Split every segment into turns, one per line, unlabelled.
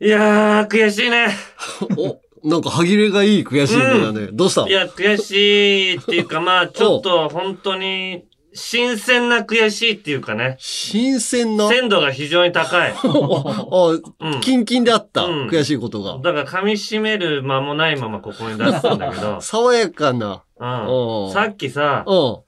いやー、悔しいね。
お、なんか歯切れがいい悔しいのだね。どうしたの
いや、悔しいっていうか、まあ、ちょっと本当に、新鮮な悔しいっていうかね。
新鮮な。
鮮度が非常に高い。
あ、
うん。
キンキンであった。
うん
悔しいことが。、
だから噛み締める間もないままここに出したんだけど
爽やかな。
うん。
お
さっきさ
う、ん。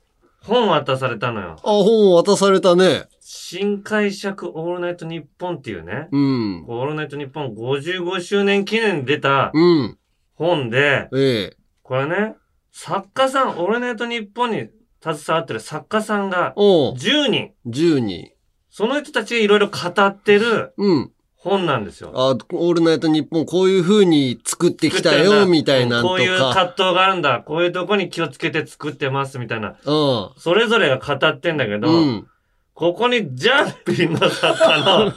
本渡されたのよ。
あ、本を渡されたね。
新解釈オールナイトニッポンっていうね、
うん。
こうオールナイトニッポン55周年記念で出た
うん。
本で、
ええ。
これね、作家さん、オールナイトニッポンに携わってる作家さんが
おう
10人、
10人。
その人たちがいろいろ語ってる
うん。
本なんですよ。
あ、オールナイト日本こういう風に作ってきたよ、みたいなんと
こういう
か。
葛藤があるんだ。こういうとこに気をつけて作ってます、みたいな。
うん。
それぞれが語ってんだけど、
うん。
ここにジャンピンの作家 のダ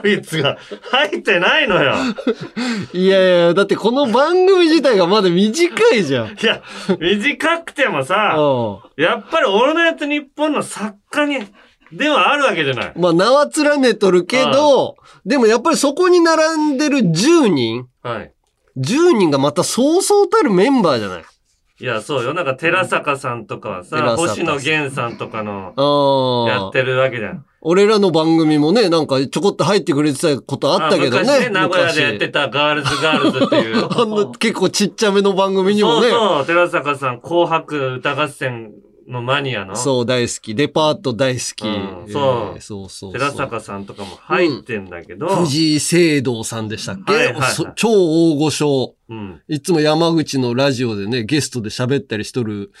ービッツが入ってないのよ。
いやいや、だってこの番組自体がまだ短いじゃん。うん。
いや、短くてもさ、やっぱりオールナイトニッポンの作家に、ではあるわけじゃない。
まあ、名は連ねとるけど、でもやっぱりそこに並んでる10人、
はい。
10人がまたそうそうたるメンバーじゃない。
いや、そうよ。なんか寺坂さんとかはさ、
寺坂さん
星野源さんとかの、や
あ
っ
あ。
てるわけじゃん。
俺らの番組もね、なんかちょこっと入ってくれてたことあったけどね。
昔ね、名古屋でやって
た。
たガールズガールズってい う。
あんな結構ちっちゃめの番組にも
そう
ね。
そう、寺坂さん、紅白歌合戦のマニアの。
そう、大好き。デパート大好き。
うん
えー
そう
そうそうそう。
寺坂さんとかも入ってんだけど、うん
藤井聖堂さんでしたっけ、
はいはいはい
そ超大御所。いつも山口のラジオでね、ゲストで喋ったりしとる。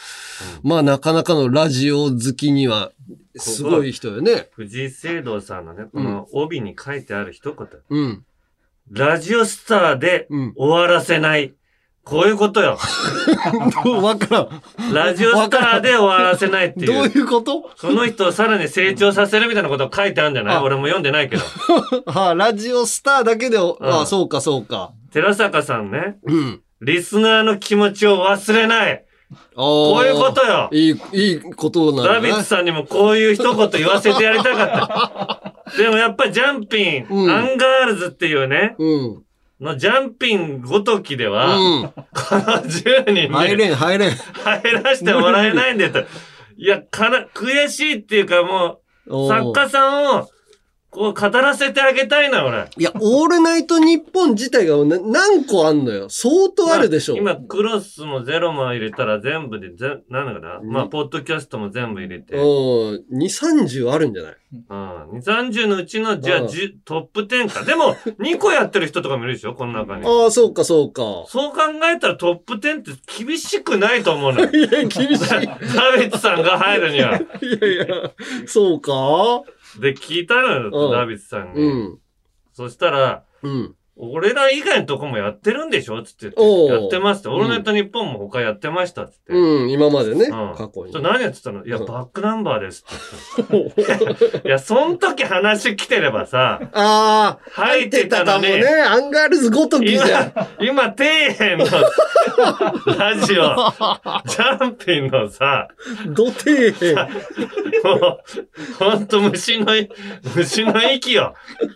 まあ、なかなかのラジオ好きには、すごい人よね。
藤井聖堂さんのね、この帯に書いてある一言。
うん。
ラジオスターで
うん。
終わらせない。こういうことよ。
わからん。
ラジオスターで 終わらせないって
どう
いう。
いうこと
その人をさらに成長させるみたいなことを書いてあるんじゃない
あ
俺も読んでないけど。
はあ、ラジオスターだけで、あそうか、そうか。
寺坂さんね、
うん。
リスナーの気持ちを忘れない。
こ
こういうことよ。
いい、いいことな
ダ
ん
ビッ
だ
ツ
ね。
さんにもこういう一言言わせてやりたか った。でもやっぱりジャンピン、
うん
アンガールズっていうね、
うん。
のジャンピンごときでは、
う
この10人に
ん。入
入
れん、入れん。
らしてもらえないんだと。いや、かな、悔しいっていうかもう、
おー
作家さんを、こう語らせてあげたいな、俺。
いや、オールナイト日本自体がな何個あんのよ。相当あるでしょ。
まあ今、クロスもゼロも入れたら全部で、ぜ、なんだかな、まあ、ポッドキャストも全部入れて。うん。
うん、二三十あるんじゃない
2、30のうちの、じゃあ、
うん
10トップ10か。でも、2個やってる人とかもいるでしょ、この中に。
ああ、そうか、そうか。
そう考えたらトップ10って厳しくないと思うのよ。
いや、厳しい。
ダビッツさんが入るには。
いやいや、そうか
で、聞いたの
う
よ、
ん
ダビッツさんに。
うん。
そしたら、
うん。
俺ら以外のとこもやってるんでしょつって
おう
やってますって。
ん
オールナイトニッポンも他やってましたっつって。
うん、今までね、
うん
過去に
そ。れ何やってたのいや、
うん
バックナンバーですって。いや、そん時話来てればさ、
ああ、
入ってた
か
の
も
に、
ね。アンガールズごときじ
今
ゃん。、
今、底辺のラジオ、ジャンピンのさ、
ど底辺。
もう、ほんと虫の、虫の息よ。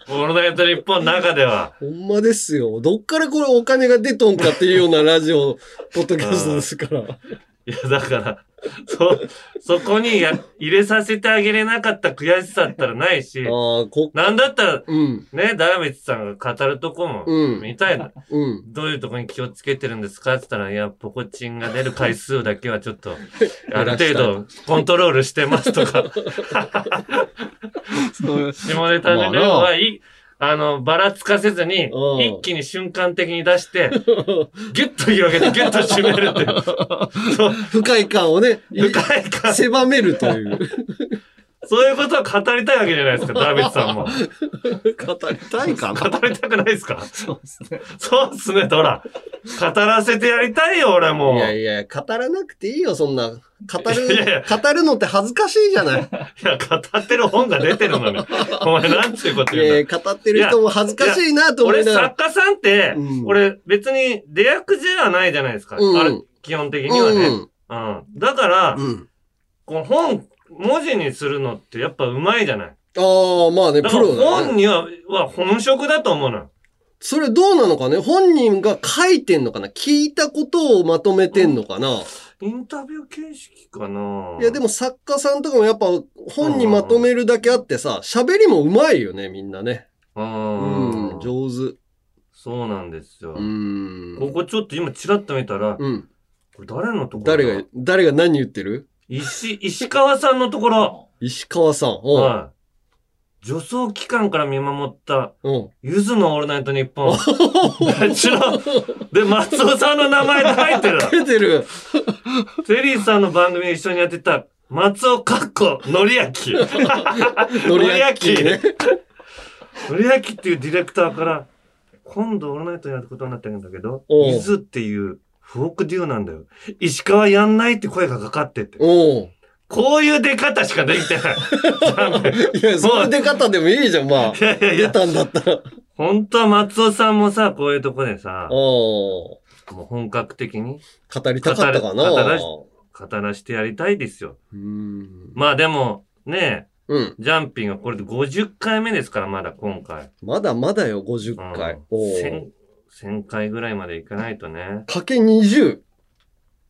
オールナイト日本の中では。
ほんまですよ。どっからこれお金が出とんかっていうようなラジオ、ポッドキャストですから。
いや、だから、そ、そこにや入れさせてあげれなかった悔しさったらないし、
ああ、こ、
なんだったら、
うん、
ね、ダービッツさんが語るとこも
う、ん
見たいな。
うん。
どういうとこに気をつけてるんですかって言ったら、いや、ポコチンが出る回数だけはちょっと、ある程度コントロールしてますとか、
そう
下ネタの量はい、あの、ばらつかせずに
う、ん
一気に瞬間的に出して、ギュッと広げて、ギュッと締めるっていう。そう、
不快感をね、い
深い感じ。
狭めるという。
そういうことを語りたいわけじゃないですか、ダービッツさんも。
語りたいかな
語りたくないですかそうっすね、ほら。語らせてやりたいよ、俺も。
い
い
や
やい
いや、語らなくていいよ、そんな。語
いやい
る、語るのって恥ずかしいじゃない。
や、語ってる本が出てるのに。お前、なんていうこと
い
言うんだ
やいや語ってる人も恥ずかしいなと思
俺、
いながら。
作家さんって、
うん
俺、別に出役じゃないじゃないですか。
うん
あれ基本的にはね。うん。だから、
うん。うん。
この本、文字にするのってやっぱうまいじゃない。
ああ、まあね、
だ
プ
から
ロだ、ね。
本には、は本職だと思うの。
それどうなのかね本人が書いてんのかな聞いたことをまとめてんのかな、
インタビュー形式かない
や、でも作家さんとかもやっぱ本にまとめるだけあってさ、喋りもうまいよね、みんなね。
も
うん、上手。
そうなんですよ。
うん。
ここちょっと今チラッと見たら、
うん。
これ誰のところだ
誰が、誰が何言ってる
石、石川さんのところ。
石川さん。うん。
はい。助走期間から見守った、
うん。
ゆずのオールナイトニッポン。こちら。 で、松尾さんの名前で入 ってる。
出てる。
テリーさんの番組一緒にやってた、松尾かっこ、のりやき。
のりやきね。
のりやきっていうディレクターから、今度オールナイトやることになってるんだけど、
おう
ゆずっていうフォークデューなんだよ。石川やんないって声がかかってて。
うん。
こういう出方しかで きてない。
いや、そういう出方でもいいじゃん、まあ。
いやいやい
出
や、
たん だったら。うん。
本当は松尾さんもさ、こういうとこでさ、
語
もう本格的に
りたかったかな
語ら語らしてやりたいですよ。
うん。
まあでも、ね
うん。
え、ジャンピンがこれで50回目ですから、まだ今回。
まだまだよ、50
う
回
ん。
おう
1000 1000回ぐらいまでいかないとね。
かけ20。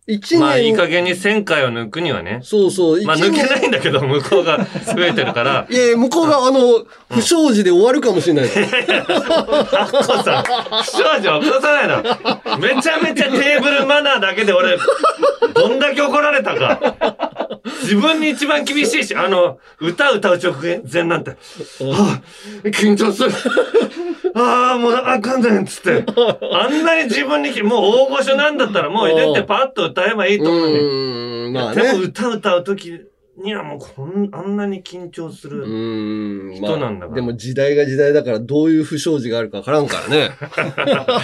1
まあいい
年
加減に1000回を抜くにはね。
そうそう、
まあ
一
抜け
年
ないんだけど、向こうが増えてる から。
いやいや、向こうが、あの、不祥事で終わるかもしれない。
アッコさん、不祥事起こさないの。めちゃめちゃテーブルマナーだけで俺、どんだけ怒られたか。自分に一番厳しいし、あの、歌歌う直前なんて、ああ、緊張す る。ああ、もうあかんねんっつって。あんなに自分にき、もう大御所なんだったらもう入れてパッと歌えばいいと思うね。
うーん、まあ
でも
ね。
歌歌う時にはもうこん、あんなに緊張す
う
る。
ーん、ま
人なんだから
あ、でも時代が時代だから、どういう不祥事があるかわからんからね。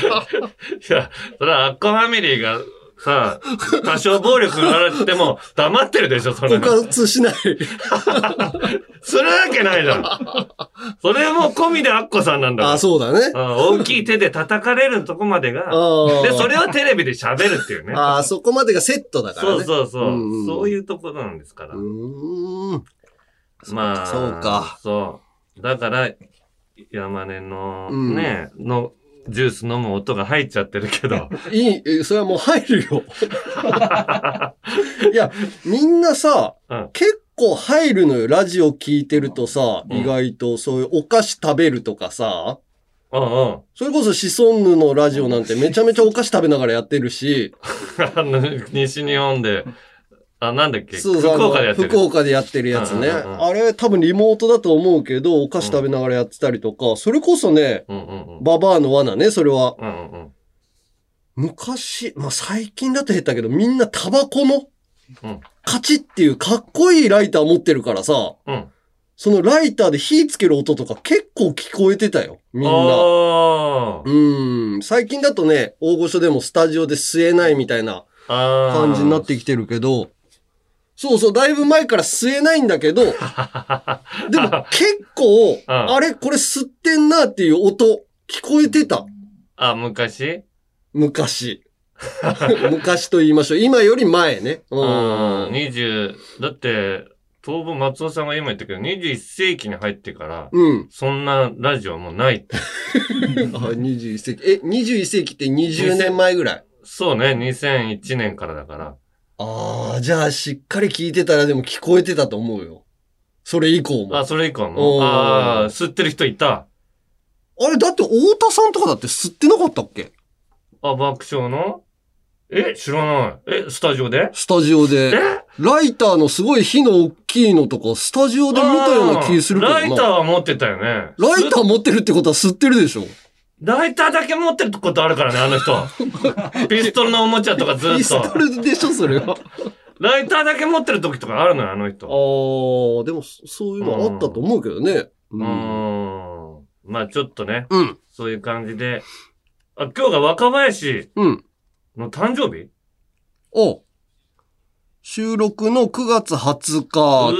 いや、それはアッコファミリーがさ、多少暴力振られても黙ってるでし ょ、それ
告。発しない。
するわけないじゃん。それも込みでアッコさんなんだから。
あ、そうだね。
うん大きい 手で叩かれるとこまでが、
あ
で、それをテレビで喋るっていうね。
ああ、そこまでがセットだから
そう
ね。
そうそう
うんうんう。ん
そういうとこなんですから。
うーん。
まあ、
そうか。
そう。だから、山根の
うん
ね、のジュース飲む音が入っちゃってるけ ど。
いい、えそれはもう入 るよ。いや、みんなさ、
うん
結構入るのよ。ラジオ聞いてるとさ、
うん
意外とそういうお菓子食べるとかさ、
うんうん。
それこそシソンヌのラジオなんてめちゃめちゃお菓子食べながらやって るし、
あの、西日本で、あ、なんだっけ
そう
福
そう
岡でやって
あの
る。
福岡でやってるやつね。
うんうんうんうん
あれ多分リモートだと思うけど、お菓子食べながらやってたりとか、それこそね、
うんうんうん。
ババアの罠ね、それは。
うんうん
昔、まあ、最近だと減ったけど、みんなタバコの
うん、
カチっていうかっこいいライター持ってるからさ、
うん。
そのライターで火つける音とか結構聞こえてたよ、みんな。
あ
う
ー
ーん。最近だとね、大御所でもスタジオで吸えないみたいな
あー。
感じになってきてるけど、そうそう、だいぶ前から吸えないんだけど、でも結 構、あれ、これ吸ってんなっていう音、聞こえてた。
あ、昔
昔。 昔と言いましょう。今より前ね。う。
うんん。20、だって、当分松尾さんが今言ったけど、21世紀に入ってから、
うん。
そんなラジオもうないって。
あ、21世紀。え、21世紀って20年前ぐらい。
そうね、2001年からだから。
ああ、じゃあしっかり聞いてたらでも聞こえてたと思うよ。それ以降も。
あ、
あ
それ以降
お
も。
ー
ああ、吸ってる人いた。
れ、だって太田さんとかだって吸ってなかったっけ
あ、爆笑のえ、知らない。え、スタジオで
スタジオ
え
で。ライターのすごい火の大きいのとか、スタジオで見たような気するけどな。
ライターは持ってたよね。
ライター持ってるってことは吸ってるでしょ
ライターだけ持ってることあるからね、あの人。 ピストルのおもちゃとかず
ピ
っ
スト
と。
ルでしょ、それは。
ライターだけ持ってる時とかあるのよ、あの
あ
人。
あ、でもそそういうのあったと思うけどね。
う
う。
ーん。まあちょっとね、
うん。
そういう感じで。あ、今日が若林
うん。
の誕生日
お収録の9月20日。
うわ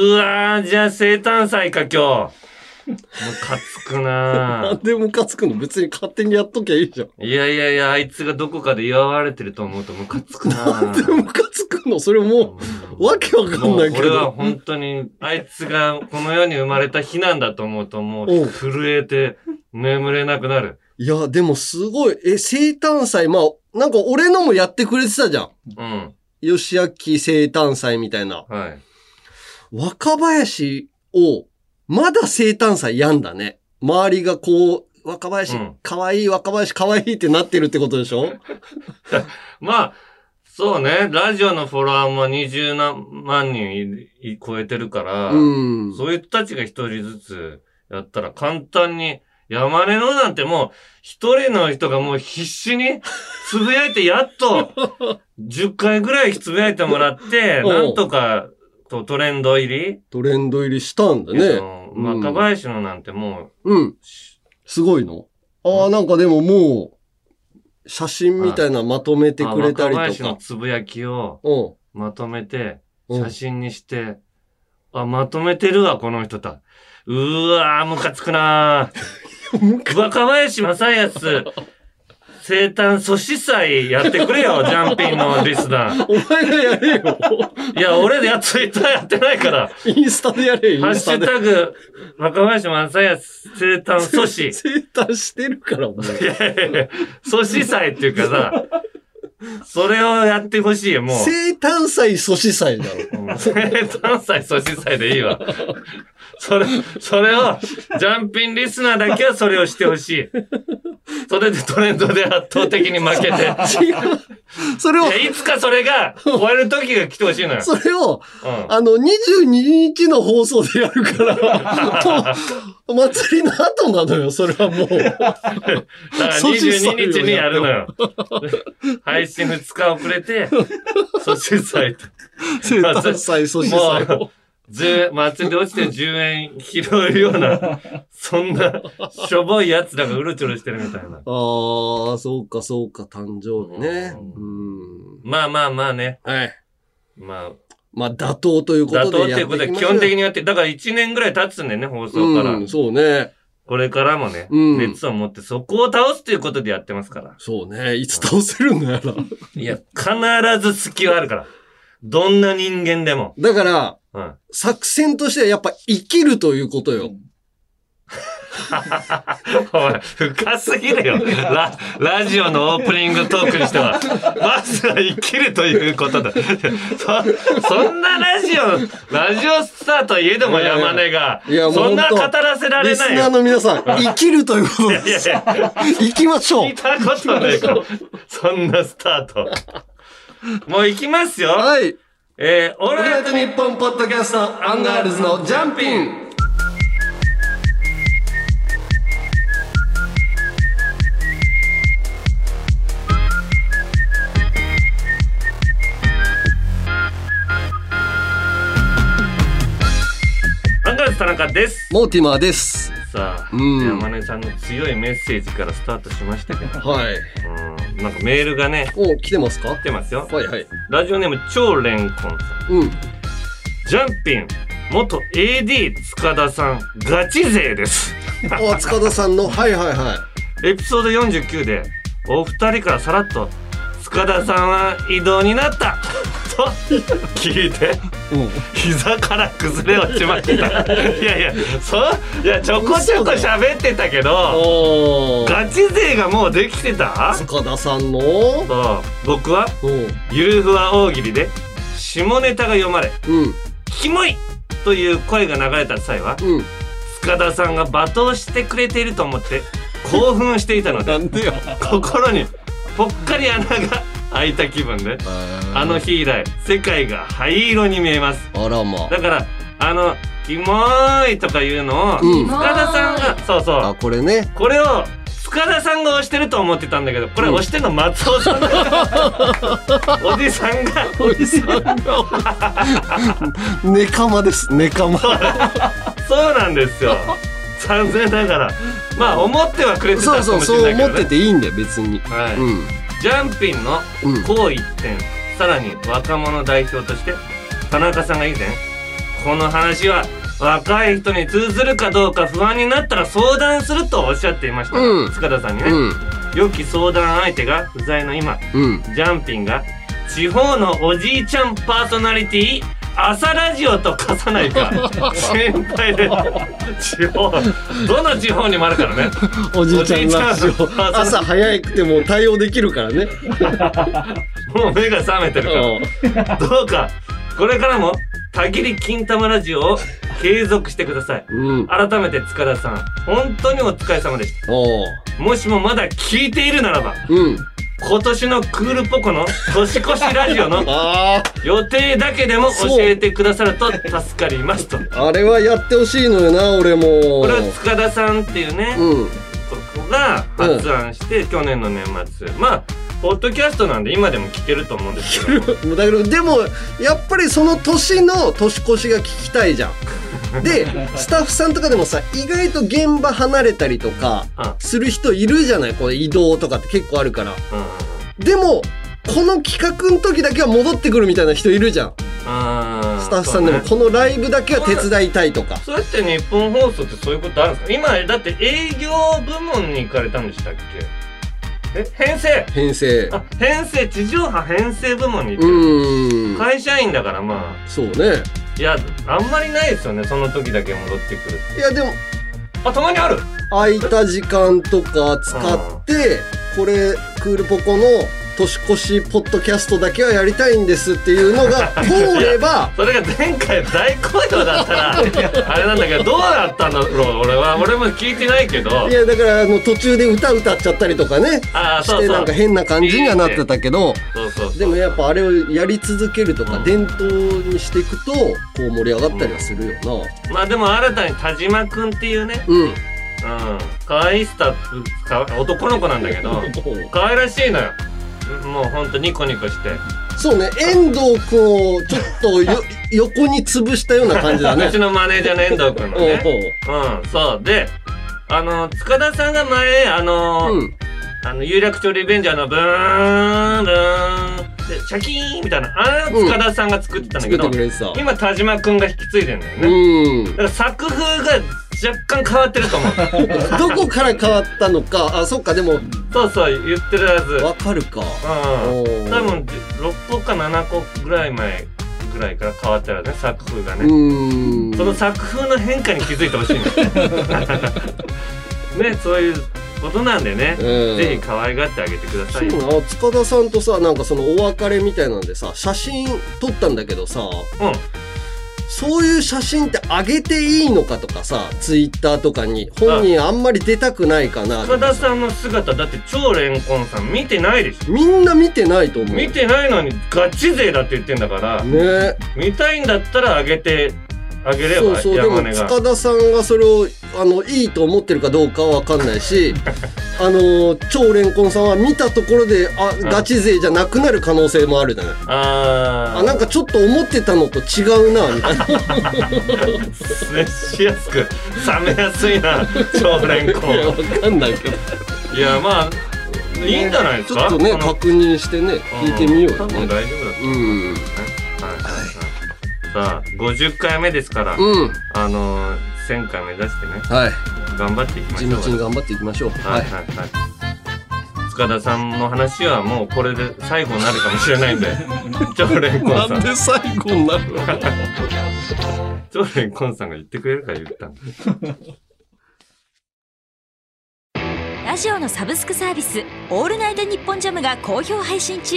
ー、じゃあ生誕祭か、今日。もうかつく
な
なん
でムカつくの別に勝手にやっときゃいいじゃん。
いやいやいや、あいつがどこかで祝われてると思うとムカつくな
なんでムカつくのそれもう、 わけわかん
も
な
う
いけ
これは
ど。
本当に、あいつがこの世に生まれた日なんだと思うと、もう
うん
震えて眠れなくなる。
いや、でもすごい。え、生誕祭、まあ、なんか俺のもやってくれてたじゃん。
うん。
吉明生誕祭みたいな。
はい。
若林を、まだ生誕祭やんだね。周りがこう、若林
うん、
可、愛、いい、若林、可愛いってなってるってことでしょ
まあ、そうね。ラジオのフォロワーも20何万人いい超えてるから、
うん。
そういう人たちが一人ずつやったら簡単に、山根のなんてもう、一人の人がもう必死 につぶやいて、やっと、10回ぐらいつぶやいてもらって、
おう
なんとか、とトレンド入り
トレンド入りしたんだ
け
ね。
ど
うん
若林のなんても
うん。
うし、
すごいのああ、なんかでももう、写真みたいなまとめて
まあ
くれた
若
り
林
と
の
か。
つぶやきを
うん。
まとめて、
うん
写真にして、あ、まとめてるわ、この人た。うーわー、ムカつくなー。若林正康、生誕阻止祭やってくれ よ、ジャンピンのリスナー。
お前がやれ よ。
いや、俺や、ツイッターやってないから、
インスタでやれよ、
ハ
イ
ッ
ンス
シ
タ
ュ
で。
タグ、若林正康、生誕阻止。
生誕してるから、お前。
いやいやいや 阻止祭っていうかさ、それをやってほしいよ、もう。
生誕祭阻止祭だろ。
うん 生誕祭阻止祭でいいわ。それ、それを、ジャンピンリスナーだけはそれをしてほしい。それでトレンドで圧倒的に負けて。い
違う。それを、
や、いつかそれが終わる時が来てほしいのよ。
それを、
うん
あの、22日の放送でや るから、もう、祭りの後なのよ、それはもう。
だから
阻止祭を
22日にやるのよ。配信2日遅れて、阻止 祭と。
生誕祭阻止祭
もう、十祭りで落ちて10円拾うような、そんな、しょぼいやつらがうろちょろしてるみたいな。
ああ、そうか、そうか、誕生日ね。
う
うん。
まあまあまあね。
はい。
まあ、
まあ、妥当というこ
妥
とで
当って
や
い
っ
うこと
てい
は
きま
基
しょう
本的にやって、だから1年ぐらい経つんだよね、放送から。
うん、そうね。
これからもね、
うん
熱を持ってそこを倒すっていうことでやってますから。
そうね。いつ倒せるんだよ
いや、必ず隙はあるから。どんな人間でも。
な。だから、
うん。
作戦としてはやっぱ生きるということよ。
おい、深すぎるよ。ラ、ラジオのオープニングトークにしては。まずは生きるということだ。そ、そんなラジオ、ラジオスターといえども山根が、
いやいやいやもう
そんな語
本当
らせら
リ
れ
ス
ない
ナー
よ。
の皆さ ん、生きるということ
い
で
やい
す。
や。
行きましょう
聞い。たことないから。そんなスタート。もう行きますよ。
はい。
えー、オールナイトニ
日本ポッドキャストアンガールズのジャンピン。
アンガールズ田中です。
モーティマーです。
さあ、
うん
山根さんの強いメッセージからスタートしましたけど、
はい。
うん、なんかメールがね、
お、来てますか
来てますよ。
はいはい。
ラジオネーム、超レンコンさん。
うん。
ジャンピン、元 AD 塚田さん、ガチ勢です。
あ、塚田さんの、はいはいはい。
エピソード49でお二人からさらっと「塚田さんは異動になった!」 と聞いて
うん。
膝から崩れ落ちました いやいやそういやちょこちょこ喋ってたけど
おー。
ガチ勢がもうできてたそ
塚田さんの、
う僕は
うん。
ゆるふわ大喜利で下ネタが読まれ
うん。
「キモい!」という声が流れた際は
うん。
塚田さんが罵倒してくれていると思って興奮していた ので
なんでよ。
心にぽっかり穴が開いた気分であ
あ
の。日以来世界が灰色に見えます
あらま。
だからあの「キモーい」とかいうのを
うん
塚田さんがそうそ
あ、
う
これね。
これを塚田さんが押してると思ってたんだけどこれ押してんの松尾さん だ、おじさんが
おじさんが。ネカマです。ネカマ。
そうなんですよ残念ながらまあ思ってはくれて
そ
た
う
か
そう、
もし
そう
れない
思っ
けど
て
ね
ていいんだよ、別に。
はい
うん。
ジャンピンの
うん。
こう一点さらに若者代表として田中さんが以前この話は若い人に通ずるかどうか不安になったら相談するとおっしゃっていましたが、
うん
塚田さんにね、
うん。
良き相談相手が不在の今
うん。
ジャンピンが地方のおじいちゃんパーソナリティ朝ラジオと貸さない か先輩で地方どの地方にもあるからね
おじいちゃんラジ
おじいちゃん
オ。朝早くても対応できるからね。
もう目が覚めてるから どうか、これからも、たぎり金玉ラジオを継続してください。
うん。
改めて塚田さん、本当にお疲れ様でし
おう
た。もしもまだ聞いているならば、
うん。
今年のクールポコの年越しラジオの
あ
予定だけでも教えてくださると助かりますと。
あ、あれはやってほしいのよな、俺も。
これは塚田さんっていうね、
うん。
ここが発案して、去年の年末。まあ、ポッドキャストなんで今でも聞けると思うんですけど。
だけど でもやっぱりその年の年越しが聞きたいじゃん。 でスタッフさんとかでもさ意外と現場離れたりとか
あ
する人いるじゃないこれ移動とかって結構あるから。
うん。
でもこの企画の時だけは戻ってくるみたいな人いるじゃん。
あー
スタッフさんでも
そうね
このライブだけは手伝いたいとか。
そうやって日本放送ってそういうことあるんですか今だって営業部門に行かれたんでしたっけえ編成
編成。
あ編成地上波編成部門に行
う
ってる、
ーん。
会社員だからまあ
そうね。
いやあんまりないですよねその時だけ戻ってくる
いやでも
あたまにある
空いた時間とか使って、これ、クールポコの年越しポッドキャストだけはやりたいんですってい うのが通れば、
それが前回大好評だった らあれなんだけどどうだったんだろう俺は俺も聞いてないけど
いや、だから、あの、途中で歌歌っちゃったりとかね、
ああ
し
そう
て
そ
なん
う
か変な感じにはなってたけど、
そうそうそう
でもやっぱあれをやり続けるとか、
うん
伝統にしていくと、こう盛り上がったりはするよな。
まあでも新たに田島くんっていうね
うん。
うん可愛いスタッフか男の子なんだけど可愛らしいのよもうほんとニコニコして
そうね、遠藤くんをちょっとよ 横に潰したような感じだね
私。のマネージャーの遠藤君のねうんそうであの塚田さんが前あ
お
の,、
ううん。
あの有楽町リベンジャーのブーンブーンでシャキーンみたいなあれを塚田さんが作ってたんだ
作
け
っ
ど、
てくれてた。
今田島君が引き継いでんだよね、
うん。
だから作風が若干変わってると思 う
どこから変わったのか、あ、そっか、でも、
そうそう言ってるはず
わかるか。
うん
おー
多分6個か7個ぐらい前ぐらいから変わったらね作風が
う
ね、
ーん。
その作風の変化に気づいてほ しいのねそういうことなんでね、
うん
ぜひ可愛がってあげてくださ
そ
いよ
うなの塚田さんとさなんかそのお別れみたいなんでさ写真撮ったんだけどさ
うん
そういう写真って上げていいのかとかさツイッターとかに本人あんまり出たくないかな
深田さんの姿だって超レンコンさん見てないでし
みんな見てないと思
ょ
う
見てないのにガチ勢だって言ってんだから、
ね
見たいんだったらあげてあげれ
そう
ば
そうで
山
も
根が
塚田さんがそれをあのいいと思ってるかどうかは分かんないし あの超レンコンさんは見たところであ
ん
ガチ勢じゃなくなる可能性もあるじゃない
あー
あなんかちょっと思ってたのと違うなみたいな
熱しやすく冷めやすいな超レンコン
分かんないけど
いやまあいいんじゃないです
ちょ
か
っとね
この
確認してね聞いてみよう
多分
よ
大丈
ね
夫だ
うん
とはいはいはいさあ50回目ですから、
うん
あのー、1000回目指してね
はい
頑張っていきまし
地
ょう
道に頑張っていきましょう
は
はいい
はいはい塚田さんの話はもうこれで最後になるかもしれ ないんで超レンコンさん
最後になるの
超レンコンさんが言ってくれるから言ったんだ
ラジオのサブスクサービス「オールナイトニッポンジャム」が好評配信中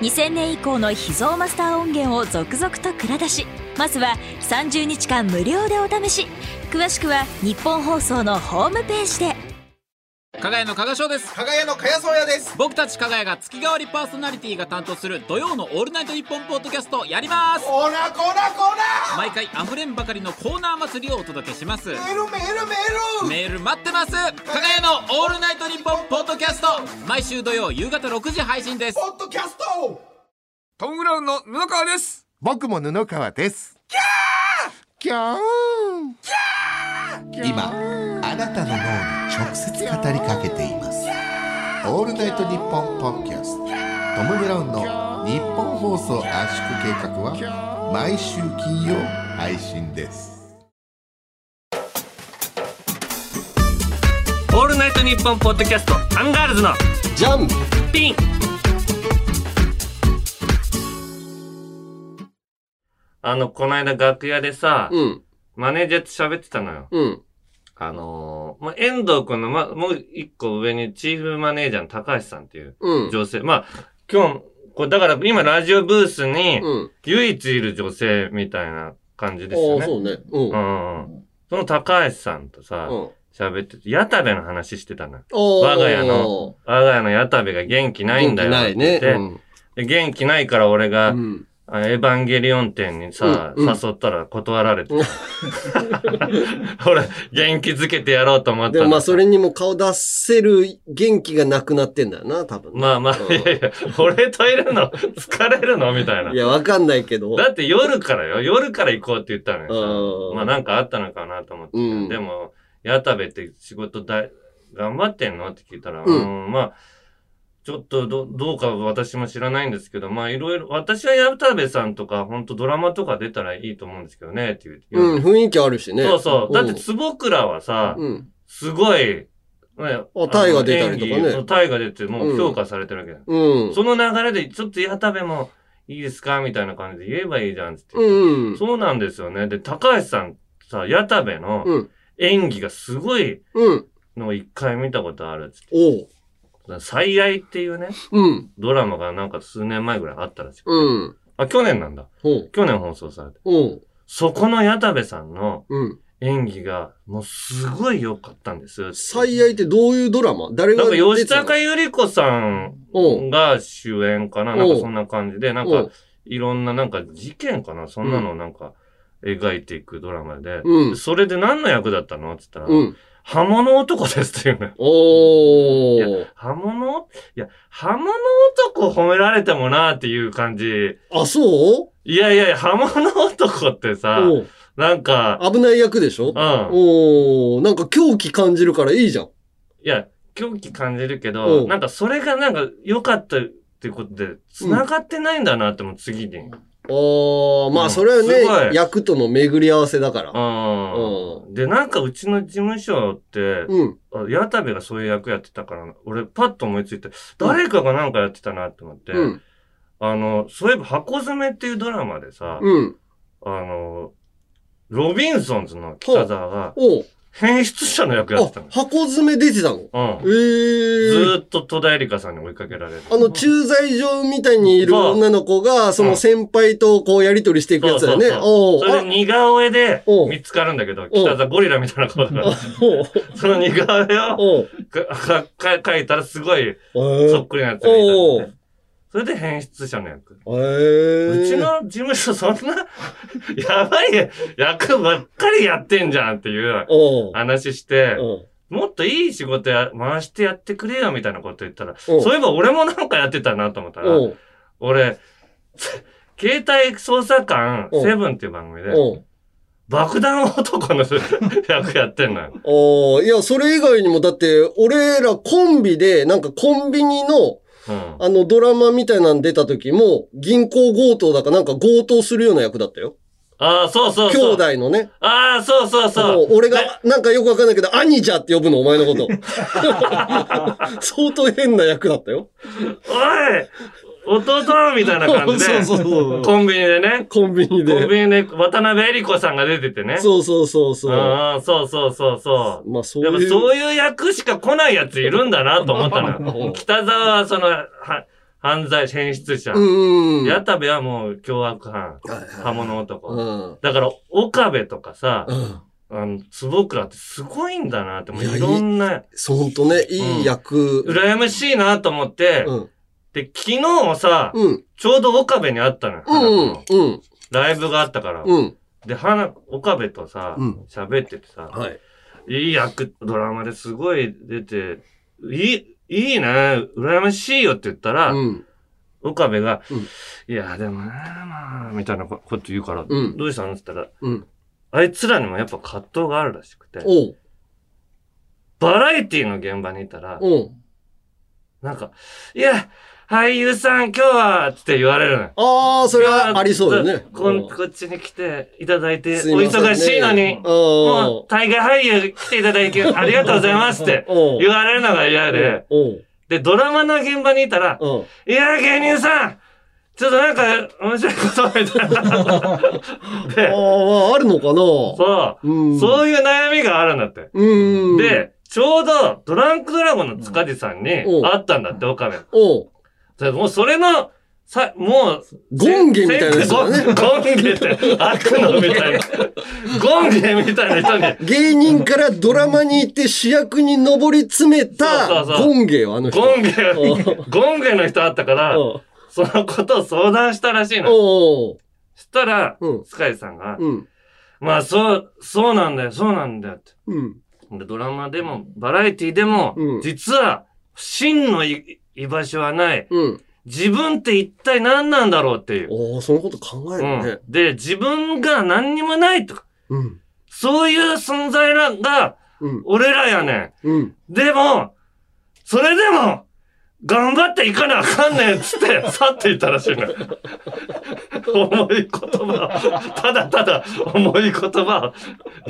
2000年以降の秘蔵マスター音源を続々と蔵出しまずは30日間無料でお試し詳しくは日本放送のホームページで
加賀屋の加賀翔です
加賀屋の加谷宗也です
僕たち加賀屋が月替わりパーソナリティが担当する土曜の「オールナイトニッポン」ポッドキャストをやります
こらこらこら
毎回あふれんばかりのコーナー祭りをお届けします
メールメールメール
メール待ってます加賀屋の「オールナイトニッポン」ポッドキャスト毎週土曜夕方6時配信です
ポッドキャスト
トム・ブラウンの布川です
僕も布川です。キャーキャー
今あなたの脳に直接語りかけていますオールナイトニッポンポッドキャストトム・ブラウンの日本放送圧縮計画は毎週金曜配信です
「オールナイトニッポン」ポッドキャストアンガールズの
ジャン
ピンあの、この間楽屋でさ、
うん。
マネージャーと喋ってたのよ。
うん。
あのー、まあ、遠藤くんの、ま、もう一個上にチーフマネージャーの高橋さんっていう
うん。
女性。まあ、今日、これだから今ラジオブースに
うん。
唯一いる女性みたいな感じですよ
あ
ね。
あ、そうね。うん。
うん
うん。
うん。その高橋さんとさ、喋ってて、矢田部の話してたのよ。我
我
が家の。我が家の矢田部が元気ないんだよ。
ないね。
で
うん
で元気ないから俺が、
うん。
あエヴァンゲリオン店にさ、
うんうん
誘った ら断ら れて。ほら、元気づけてやろうと思った
で
の
もまあ、それにも顔出せる元気がなくなってんだよな、多分。
まあま
う
あ、
ん
いやいや、俺といるの、疲れるのみたいな。
いや、わかんないけど。
だって夜からよ、夜から行こうって言ったのよさ。
うん
まあなんかあったのかなと思って。
うん
でも、矢田部って仕事だ、頑張ってんのって聞いたら、
うん
うんまあ、ちょっとど、どうか私も知らないんですけど、まあいろいろ、私は矢田部さんとか、本当ドラマとか出たらいいと思うんですけどね、って言う。
うん、雰囲気あるしね。
そうそう。だって
ん、
坪倉はさ、
うん。
すごい、ね、
あタイが出たりとかね
あの演技タイが出て、もう評価されてるわけだよ
うん。
その流れで、ちょっと矢田部もいいですかみたいな感じで言えばいいじゃんっつって。
うん。
そうなんですよね。で、高橋さん、さ、矢田部の
うん。
演技がすごい
うん。
のを一回見たことあるっつって。
おう。
最愛っていうね、
うん。
ドラマがなんか数年前ぐらいあったらしくて。
うん。
あ、去年なんだ。
ほう。
去年放送されて。
おう。
そこの矢田部さんの
うん。
演技が、もうすごい良かったんです。
最愛ってどういうドラマ誰
な
が
んか吉
たの
高由里子さん
おう。
が主演かななんかそんな感じで、なん
お
か
う。
いろんななんか事件かなそんなのをなんか描いていくドラマで、
うん。
それで何の役だったのって言ったら、
うん。
刃物男ですっていうのよ。
お
い
ー
や。、 刃物いや、刃物男褒められてもなっていう感じ。
あ、そう
いやいやいや、刃物男ってさ、
おう
なんか、
危ない役でしょ
うん。
おー。なんか狂気感じるからいいじゃん。
いや、狂気感じるけど、
うん
なんかそれがなんか良かったっていうことで、繋がってないんだなってもう次に。
おー。ま
うん
あ、それは
すご
ね、
い
役との巡り合わせだから。
うん。で、なんかうちの事務所って、
うん。
あ矢田部がそういう役やってたから、俺パッと思いついて、誰かがなんかやってたなって思って、
うん。
あの、そういえば箱詰めっていうドラマでさ、
うん。
あの、ロビンソンズの北沢が
おう。
変質者の役やってた
あ、箱詰め出てたの
の。う
え
ん。ず
ー。
ーっと戸田恵梨香さんに追いかけられる。
あの、駐在所みたいにいる女の子が、その先輩とこうやりとりしていくやつだよね。
そうそう
おう
それで似顔絵で
おう
見つかるんだけど、北沢ゴリラみたいな顔だか
あ
ら、その似顔絵を
おう
かかか描いたらすごい
おう
そっくりなやつがいた
お
んだ
う
って それで変質者の役。
えー
うちの事務所そん な、やばい役ばっかりやってんじゃんっていう
おう
話して、
おう
もっといい仕事や回してやってくれよみたいなこと言ったら、
おう
そういえば俺もなんかやってたなと思ったら
お、う
俺、携帯捜査官
おう
セブンっていう番組で、
おう
爆弾男の役やってんのよ。
おういや、それ以外にも、だって、俺らコンビで、なんかコンビニの、
うん
あの、ドラマみたいなの出た時も、銀行強盗だかなんか強盗するような役だったよ。
ああ、そうそう
兄
そう。
弟のね。
ああ、そうそうそ
も
う。
う俺が、なんかよくわかんないけど、兄じゃって呼ぶの、お前の こと。相当変な役だったよ。
おい弟みたいな感じで、
そうそうそう
コンビニでね、
コンビニ
コン
で。
ビニで渡辺恵理子さんが出ててね。
そうそうそうそう。
ああ、そうそうそうそう。
まあそう
やっぱ
いう。
そういう役しか来ないやついるんだなと思った のよ。北沢はその、は犯罪、変質者。
うんうん。
矢田部はもう凶悪犯、刃物
う
男。
ん。
だから、岡部とかさ
う、ん。
あの、坪倉ってすごいんだなって、もう
いや
いろんな、
そう、ほんとね、いい役。
羨ましいなと思って
う、ん。
で、昨日さ、
うん。
ちょうど岡部に会ったのよ。
う
花子
ん
の。
うん。
ライブがあったから。
うん。
で、花子、岡部とさ
うん、
喋っててさ、
はい。
いい役、ドラマですごい出て、いい、いいね、羨ましいよって言ったら、
うん。
岡部が、
うん
いや、でもな、まあ、みたいなここと言うから、
うん
どうしたのって言ったら、
うん。
あいつらにもやっぱ葛藤があるらしくて、
おう。
バラエティの現場にいたら、
おう。
なんか、いや、俳優さん今日は、って言われるのよ。
ああ、それはありそうだよね。
こ
うん
んこっちに来ていただいて、
すい
お
ませんね
忙しいのに、も
お
う、大河俳優来ていただき、ありがとうございますって
おう
言われるのが嫌で、
おう。
で、ドラマの現場にいたら、
おう。
いや、芸人さんちょっとなんか、面白いことみたい な。
あ
で、
あ、あるのかな
そうう、
ん。
そういう悩みがあるんだって。
うん。、
で、ちょうど、ドランクドラゴンの塚地さんに
うん
会ったんだって、オカメ。
おう
でもうそれの、さ、もう、
ゴンゲみたいなやつだ
せん
ね。
ゴンゲって、悪のみたいな。ゴンゲみたいな人に、
芸人からドラマに行って主役に上り詰め
そ
た
うそうそう
ゴンゲよ、あの人。
ゴン
ゲ。
ゲを、ゴンゲの人あったから、
おう
そのことを相談したらしいの。
おう
したら
う、ん
スカイさんが、
うん。
まあ、そう、そうなんだよ、そうなんだよって。
うん。
でドラマでも、バラエティでも、
うん
実は、真のい居場所はない。
うん。
自分って一体何なんだろうっていう。
おおそのこと考え
う
るね
ん。。で、自分が何にもないとか、
うん。
そういう存在らが、
うん。
俺らやね
うん。
ん。でも、それでも、頑張っていかなあかんねんっつっ て、去っていったらしいの。重い言葉を、ただただ重い言葉を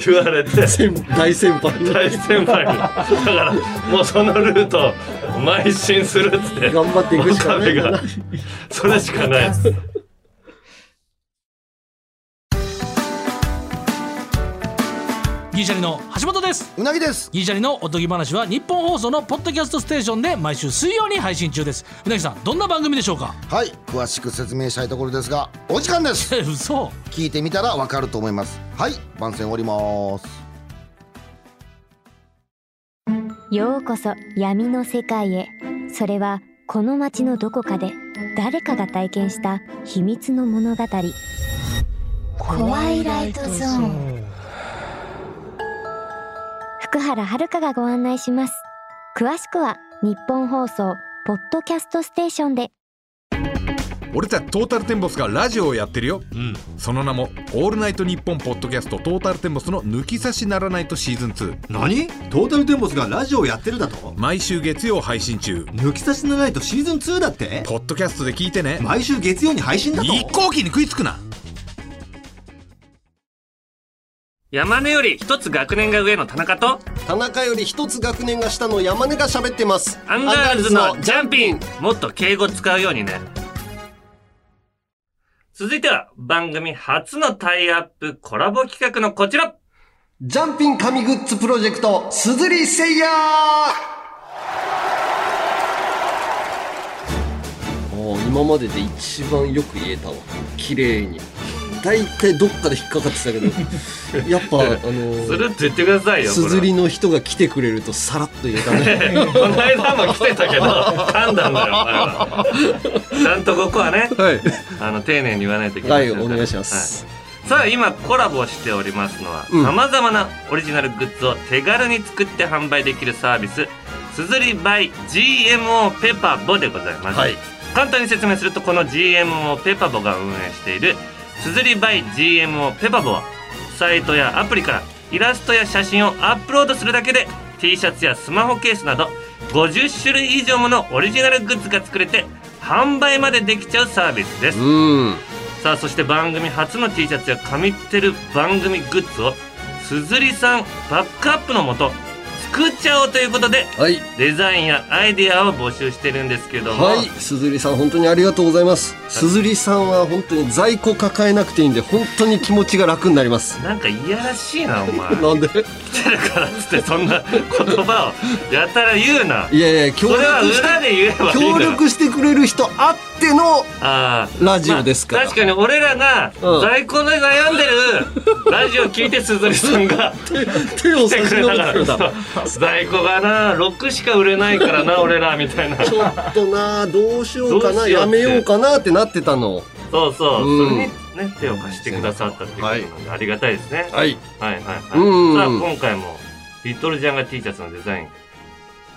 言われて。
先大先輩。
大先輩にだからもうそのルートを邁進するっつって
頑張っていくしかないんだな
岡部。それしかないです
ギリシャリの橋本です
うなぎです
ギリシャリのおとぎ話は日本放送のポッドキャストステーションで毎週水曜に配信中ですうなぎさんどんな番組でしょうか
はい詳しく説明したいところですがお時間です
え 嘘
聞いてみたらわかると思いますはい番宣終わります
ようこそ闇の世界へそれはこの街のどこかで誰かが体験した秘密の物語怖いライトゾーン福原遥がご案内します詳しくは日本放送ポッドキャストステーションで
俺たちトータルテンボスがラジオをやってるよ、その名も「オールナイトニッポン」ポッドキャスト「トータルテンボスの抜き差しならないとシーズン2
何トータルテンボスがラジオやってるだと」
毎週月曜配信中
抜き差しのないとシーズン2だって
ポッドキャストで聞いてね
毎週月曜に配信だと
一向機に食いつくな
山根より一つ学年が上の田中と
田中より一つ学年が下の山根が喋ってます。
アンガールズのジャンピンもっと敬語使うようにね続いては番組初のタイアップコラボ企画のこちら
ジャンピン神グッズプロジェクト、すずりせいや今までで一番よく言えたわ。綺麗に。大体どっかで引っかかってたけ ど、やっぱ、あの
するって言ってくださいよこ
す
れ
ずりの人が来てくれるとさらっと言えたね。
この間も来てたけど噛んだんだよお前はちゃんとここはね
はい
あの丁寧に言わないといけま
は
せん
い、
から
お願いします。
さあ今コラボしておりますのは
うん
さまざまなオリジナルグッズを手軽に作って販売できるサービスすずり by GMO ペパボでございます、
はい
簡単に説明するとこの GMO ペパボが運営しているすずり by GMO ペパボはサイトやアプリからイラストや写真をアップロードするだけで T シャツやスマホケースなど50種類以上ものオリジナルグッズが作れて販売までできちゃうサービスです
うん。
さあそして番組初の T シャツや紙ってる番組グッズをすずりさんバックアップのもと作っちゃおうということで
はい。
デザインやアイディアを募集してるんですけども、
はい、すずりさん本当にありがとうございます。すずりさんは本当に在庫抱えなくていいんで本当に気持ちが楽になります。
なんかいやらしいなお前
なんで？
来てるからっつってそんな言葉をやたら言うない
やいや
そ
協
れは
力し
裏で言えばいい
協
のよ
力してくれる人あっての
あー
ラジオですから。
まあ確かに俺らが
うん
在庫で悩んでるラジオ聞いてすずりさんが 来てくれたか
手を差し伸べてくれた。
らそう在庫がな6しか売れないからな俺らみたいな
ちょっとなあどうしようか
どう
な
しようっ
や
て
めようかなってなってたの。
そうそう、
うん
それにね手を貸してくださったっていうことなんでありがたいですね、
はい。
はい、はいはい
うん
さあ今回もリトルジャンガ T シャツのデザイン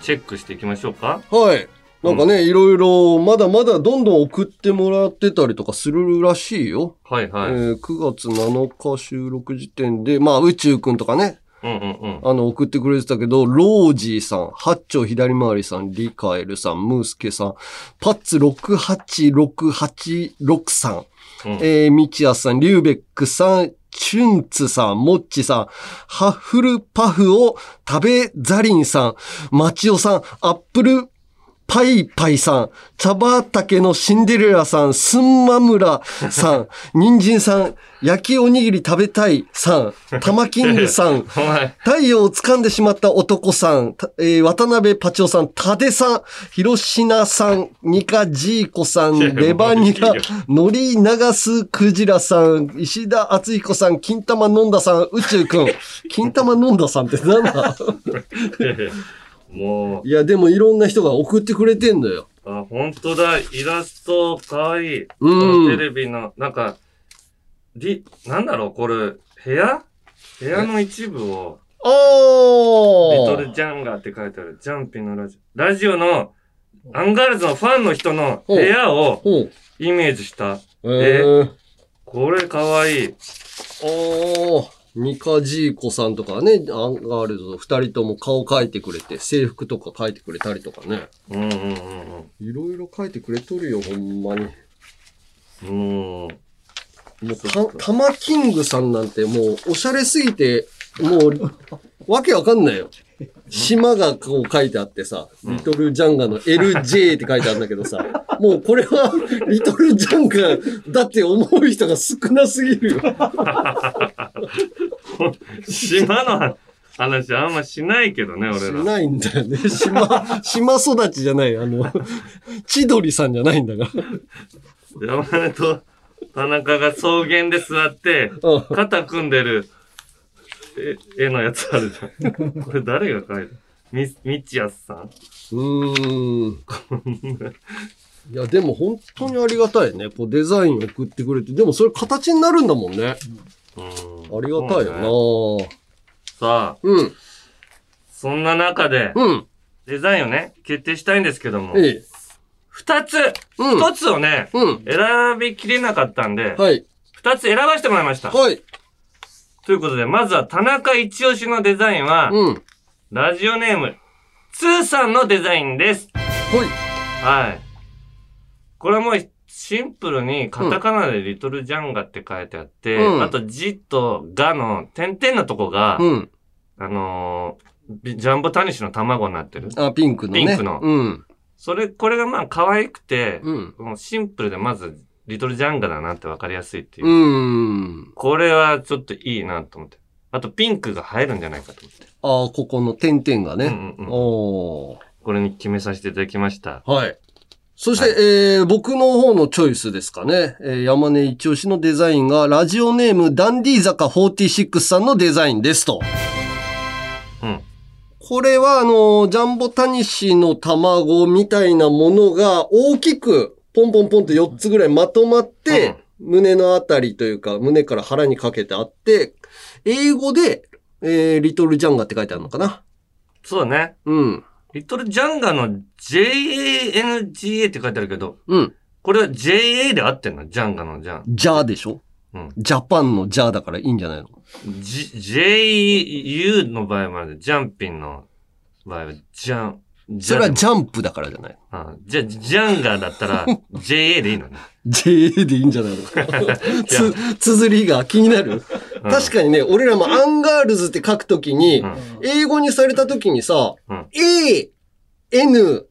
チェックしていきましょうか
はい。なんかね、いろいろまだまだどんどん送ってもらってたりとかするらしいよ。
はいはい、
えー9月7日収録時点で、まあ宇宙くんとかね、
うんうんうん
あの、送ってくれてたけど、ロージーさん、八丁左回りさん、リカエルさん、ムースケさん、パッツ686886さん、
うん
えー、ミチヤさん、リューベックさん、チュンツさん、モッチさん、ハッフルパフを食べザリンさん、マチオさん、アップルパイパイさん、茶畑のシンデレラさん、すんまむらさ ん、人参さん、焼きおにぎり食べたいさん、玉キングさ ん、太陽を掴んでしまった男さん、たえー渡辺パチオさん、タデさん、広品さん、ニカジーコさん、レバニラ、ノリ流すクジラさん、石田敦彦さん、金玉飲んださん、宇 宙くん。金玉飲んださんってなんだ
も
いや、でもいろんな人が送ってくれてんのよ。
う、あ、本当だ。イラスト、かわいい。
うん
テレビの、なんか、り、なんだろう、これ、部屋部屋の一部を、リ
お
トルジャンガーって書いてある。ジャンピのラジオ。ラジオの、アンガールズのファンの人の部屋をイメージした。
えー、
これかわいい。
おー。ミカジーコさんとかね、アンガールズの二人とも顔描いてくれて、制服とか描いてくれたりとかね。
うんうんうんうん。
いろいろ書いてくれとるよ、ほんまに。
うん。も
うた、たまキングさんなんてもう、おしゃれすぎて、もう、 わけわかんないよ。島がこう書いてあってさ、リトルジャンガの LJ って書いてあるんだけどさ、もうこれは、 リトルジャンガだって思う人が少なすぎるよ。
島の話あんましないけどね、俺
し
ら。
ないんだよね。島、 島育ちじゃない。あの、千鳥さんじゃないんだから。
山根と田中が草原で座って、肩組んでる絵絵のやつあるじゃん。これ誰が描いたみ、みちやすさん
うーん。 いや、でも本当にありがたいね。こうデザイン送ってくれて。でもそれ形になるんだもんね。ありがたいよ
さあ、
うん、
そんな中で、
うん、
デザインをね、決定したいんですけども、
な。ええ。
二つ、一、
うん
つをね、選びきれなかったんで、
はい。
二つ選ばせてもらいました。
はい。
ということで、まずは田中一押しのデザインは、ラジオネーム、つーさんのデザインです。はい。はい。これはもうシンプルにカタカナでリトルジャンガって書いてあって、
うん
あとジとガの点々のとこが、
うん
あのービジャンボタニシの卵になってる。
あ、ピンクのね。
ピンクの
うん。
それ、これがまあ可愛くて、
うん
もうシンプルでまずリトルジャンガだなってわかりやすいっていう
う。ーん。
これはちょっといいなと思って。あとピンクが入るんじゃないかと思って。
ああ、ここの点々がね。おー
これに決めさせていただきました。
はい。そして、えー僕の方のチョイスですかね。えー山根一押しのデザインが、ラジオネームダンディー坂46さんのデザインですと。
うん。
これは、あの、ジャンボタニシの卵みたいなものが大きく、ポンポンポンと4つぐらいまとまって、胸のあたりというか、胸から腹にかけてあって、英語で、えーリトルジャンガって書いてあるのかな。
そうだね。
うん。
リトルジャンガの JANGA って書いてあるけど、
うん。
これは JA で合ってんのジャンガのジャン。
ジャーでしょ
うん。
ジャパンのジャーだからいいんじゃないの
JU の場合まで、ジャンピンの場合はジャン。
それはジャンプだからじゃない。
あじゃ、ジャンガだったら JA でいい のね。
JA でいいんじゃないのか。つ、綴りが気になる。
うん
確かにね、俺らもアンガールズって書くときに、英語にされたときにさ、A、N、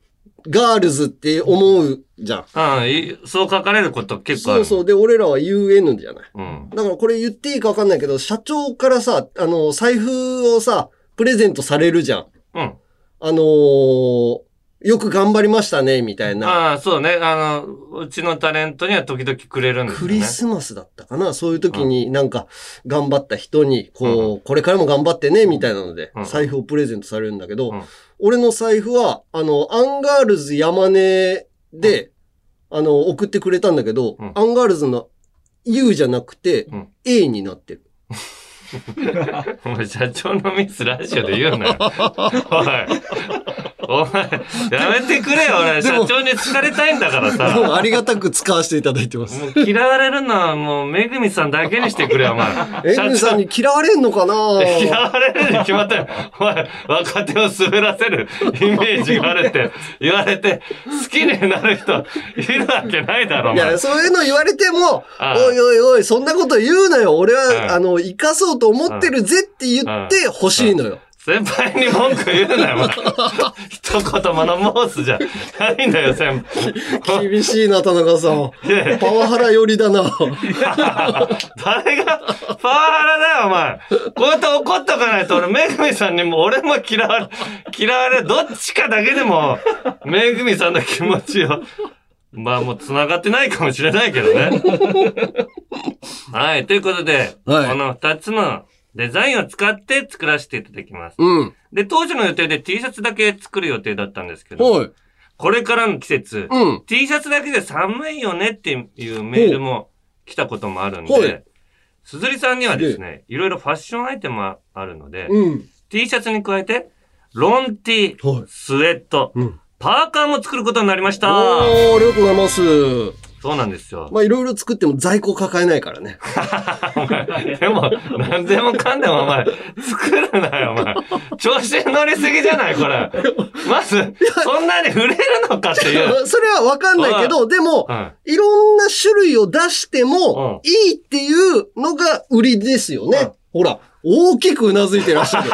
ガールズって思うじゃ
う
ん。
んいそう書かれること結構あ
そう
る。
そう。で、俺らは UN じゃない。
うん。
だからこれ言っていいか分かんないけど、社長からさ、あの、財布をさ、プレゼントされるじゃん。
うん。
あのーよく頑張りましたね、みたいな。
ああ、そうね。あの、うちのタレントには時々くれるんですよ
ク
ね。
リスマスだったかなそういう時になんか頑張った人に、こう、これからも頑張ってね、みたいなので、財布をプレゼントされるんだけど、俺の財布は、あの、アンガールズ山根で、あの、送ってくれたんだけど、アンガールズの U じゃなくて、A になって る。
お前、社長のミスラジオで言うなよ。おい。お前、やめてくれよ、俺。
で
社
も
長に好かれたいんだから
でも
さ。
ありがたく使わせていただいてます。
嫌われるのはもう、めぐみさんだけにしてくれよ、お前。
エムさんに嫌われんのかな
嫌われるに決まったよ。お前、若手を滑らせるイメージがあるって、言われて、好きになる人、いるわけないだろ、お
い
前。
や、そういうの言われても、
ああ
おいおいおい、そんなこと言うなよ。俺
あ
は、
あ
あの、生かそうと思ってるぜって言って欲しいのよ。
先輩に文句言うなよ、お前一言物申すじゃないんだよ、先 輩。
厳しいな、田中さ ん。
いやいや
パワハラ寄りだな。
誰がパワハラだよ、お前。こうやって怒っとかないと、俺、めぐみさんにも、俺も嫌われ、嫌われ、どっちかだけでも、めぐみさんの気持ちを、まあもう繋がってないかもしれないけどね。はい、ということで、この2つのデザインを使って作らせていただきます。
うん。
で、当時の予定で T シャツだけ作る予定だったんですけど、
はい。
これからの季節、
うん
T シャツだけで寒いよねっていうメールも来たこともあるん
ほい
で、すずりさんにはですね、いろいろファッションアイテムはあるので、
うん。
T シャツに加えて、ロン T、スウェット、パーカーも作ることになりました。
おー、ありがとうございます。
そうなんですよ。
まあ、いろいろ作っても在庫抱えないからね。
でも、何でもかんでもお前、作るなよ、お前。調子に乗りすぎじゃない、これ。まず、そんなに触れるのかって いう。
それはわかんないけど、でも、
うん
いろんな種類を出しても、いいっていうのが売りですよね。ほら、大きくうなずいてらっしゃる。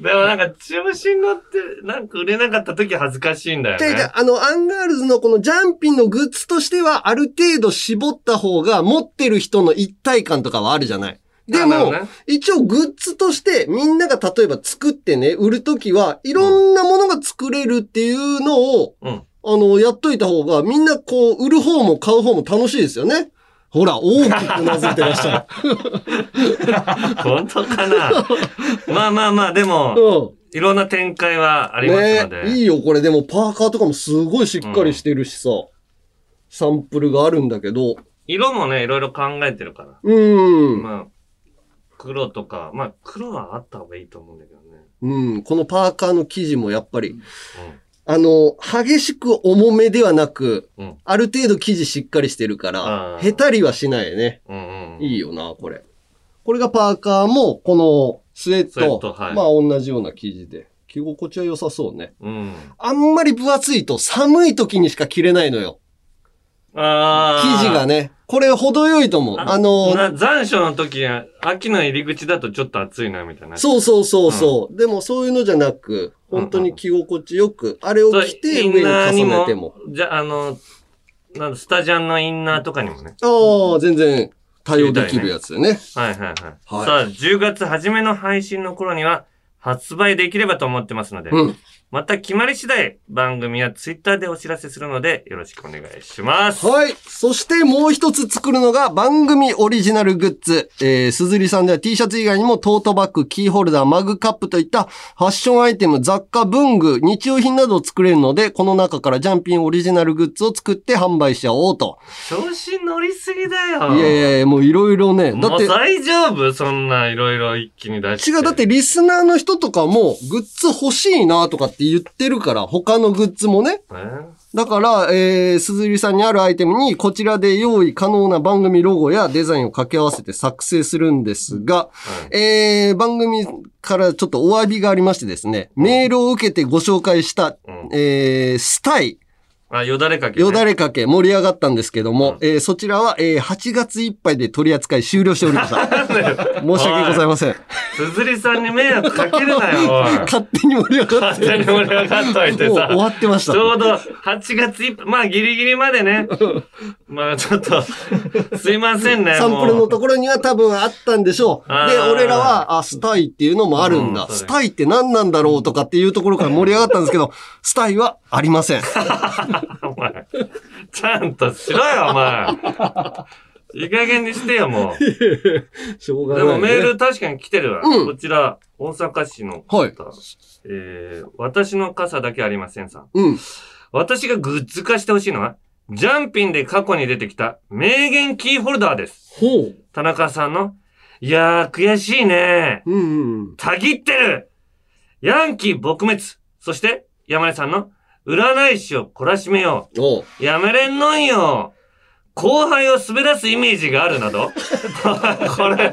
でもなんか、中心乗って、なんか売れなかった時恥ずかしいんだよ
違う違う
ね。
あの、アンガールズのこのジャンピンのグッズとしては、ある程度絞った方が、持ってる人の一体感とかはあるじゃない。で
なるほど
も、
ね
一応グッズとして、みんなが例えば作ってね、売るときは、いろんなものが作れるっていうのを、あの、やっといた方が、みんなこう、売る方も買う方も楽しいですよね。ほら、大きくうなずいてらっしゃ
本当かなまあまあまあ、で も、いろんな展開はあ
る。
りますの
ね
で。
いいよ、これ。でも、パーカーとかもすごいしっかりしてるしさ、サンプルがあるんだけど、
色もね、いろいろ考えてるから。
うん。
まあ、黒とか、まあ、黒はあった方がいいと思うんだけどね。
うん、このパーカーの生地もやっぱり、あの、激しく重めではなく、ある程度生地しっかりしてるから、へたりはしないね。いいよな、これ。これがパーカーも、このスウェッ
スウェッ
ト、
トはい
まあ同じような生地で、着心地は良さそうね。
うん。
あんまり分厚いと寒い時にしか着れないのよ。
あー
生地が。ね。これ程よいと思う。あのー、
な残暑の時、秋の入り口だとちょっと暑いな、みたいな。
そうそうそうそう、でもそういうのじゃなく、本当に着心地よく、あれを着て上
イ
に
ンナーに
重ね
も
ても。、
じゃ、あの、なんだスタジャンのインナーとかにもね。
ああ、全然対応できるやつだね。
はいはいはい。さあ、10月初めの配信の頃には発売できればと思ってますので、
うん
また決まり次第番組やツイッターでお知らせするのでよろしくお願いします。
はい。そしてもう一つ作るのが番組オリジナルグッズ。えー、鈴木さんでは T シャツ以外にもトートバッグ、キーホルダー、マグカップといったファッションアイテム、雑貨、文具、日用品などを作れるので、この中からジャンピンオリジナルグッズを作って販売しちゃおうと。
調子乗りすぎだ
い
よ。
やいやいや、もういろいろね。だ
も
っ
う
て、
大丈夫そんないろいろ一気に出して。
違う、だってリスナーの人とかも、グッズ欲しいなとかって言ってるから、他のグッズもね。だから、えー、鈴木さんにあるアイテムに、こちらで用意可能な番組ロゴやデザインを掛け合わせて作成するんですが、えー、番組からちょっとお詫びがありましてですね、メールを受けてご紹介した、えー、スタイ、
あ、よだれかけ、ね。
よだれかけ盛り上がったんですけども、えーそちらは、えー、8月いっぱいで取り扱い終了しておりま した。申し訳ございません。
すずりさんに迷惑かけるなよ。おい
勝手に盛り上がって。
勝手に盛り上がっといてさ
もう終わってました。
ちょうど8月いっぱい、まあギリギリまでね。まあちょっと、すいませんね。
サンプルのところには多分あったんでしょう。
あー
で、俺らは、あ、スタイっていうのもあるんだ。スタイって何なんだろうとかっていうところから盛り上がったんですけど、 スタイはありません。
ちゃんとしろよ、お前。いい加減にしてよ、もう。
しょう
でもメール確かに来てるわ。
うん
こちら、大阪市の方。
はい
えー、私の傘だけありませんさん。
うん。
私がグッズ化してほしいのは、ジャンピンで過去に出てきた名言キーホルダーです。
ほう。
田中さんの、いやー、悔しいね
うんうん。
たぎってるヤンキー撲滅そして、山根さんの、占い師を懲らしめよ
う。
やめれんのんよ後輩を滑らすイメージがあるなど これ、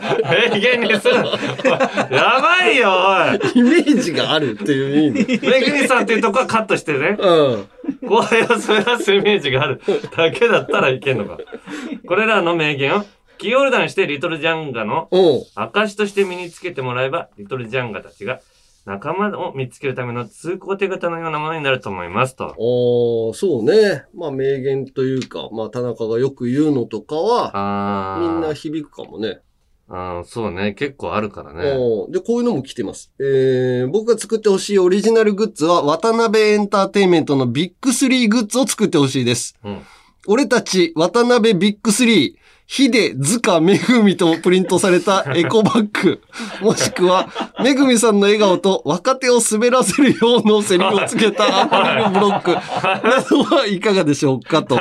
名言にする。おいやばいよ、おい
イメージがあるっていう意味。
めぐみさんっていうとこはカットしてね。
う
後輩を滑らすイメージがあるだけだったらいけんのか。これらの名言をキーホルダーにしてリトルジャンガの
おう
証として身につけてもらえば、リトルジャンガたちが仲間を見つけるための通行手形のようなものになると思いますと。
おーそうね。まあ名言というか、まあ田中がよく言うのとかは、みんな響くかもね。
ああ、そうね。結構あるからね。
おーで、こういうのも来てます。えー、僕が作ってほしいオリジナルグッズは、渡辺エンターテインメントのビッグスリーグッズを作ってほしいです。
うん。
俺たち、渡辺ビッグスリー、ヒデ、塚、めぐみとプリントされ たエコバッグ、もしくは、めぐみさんの笑顔と若手を滑らせるようのセリフをつけ たアパレルブロックなどはいかがでしょうかと。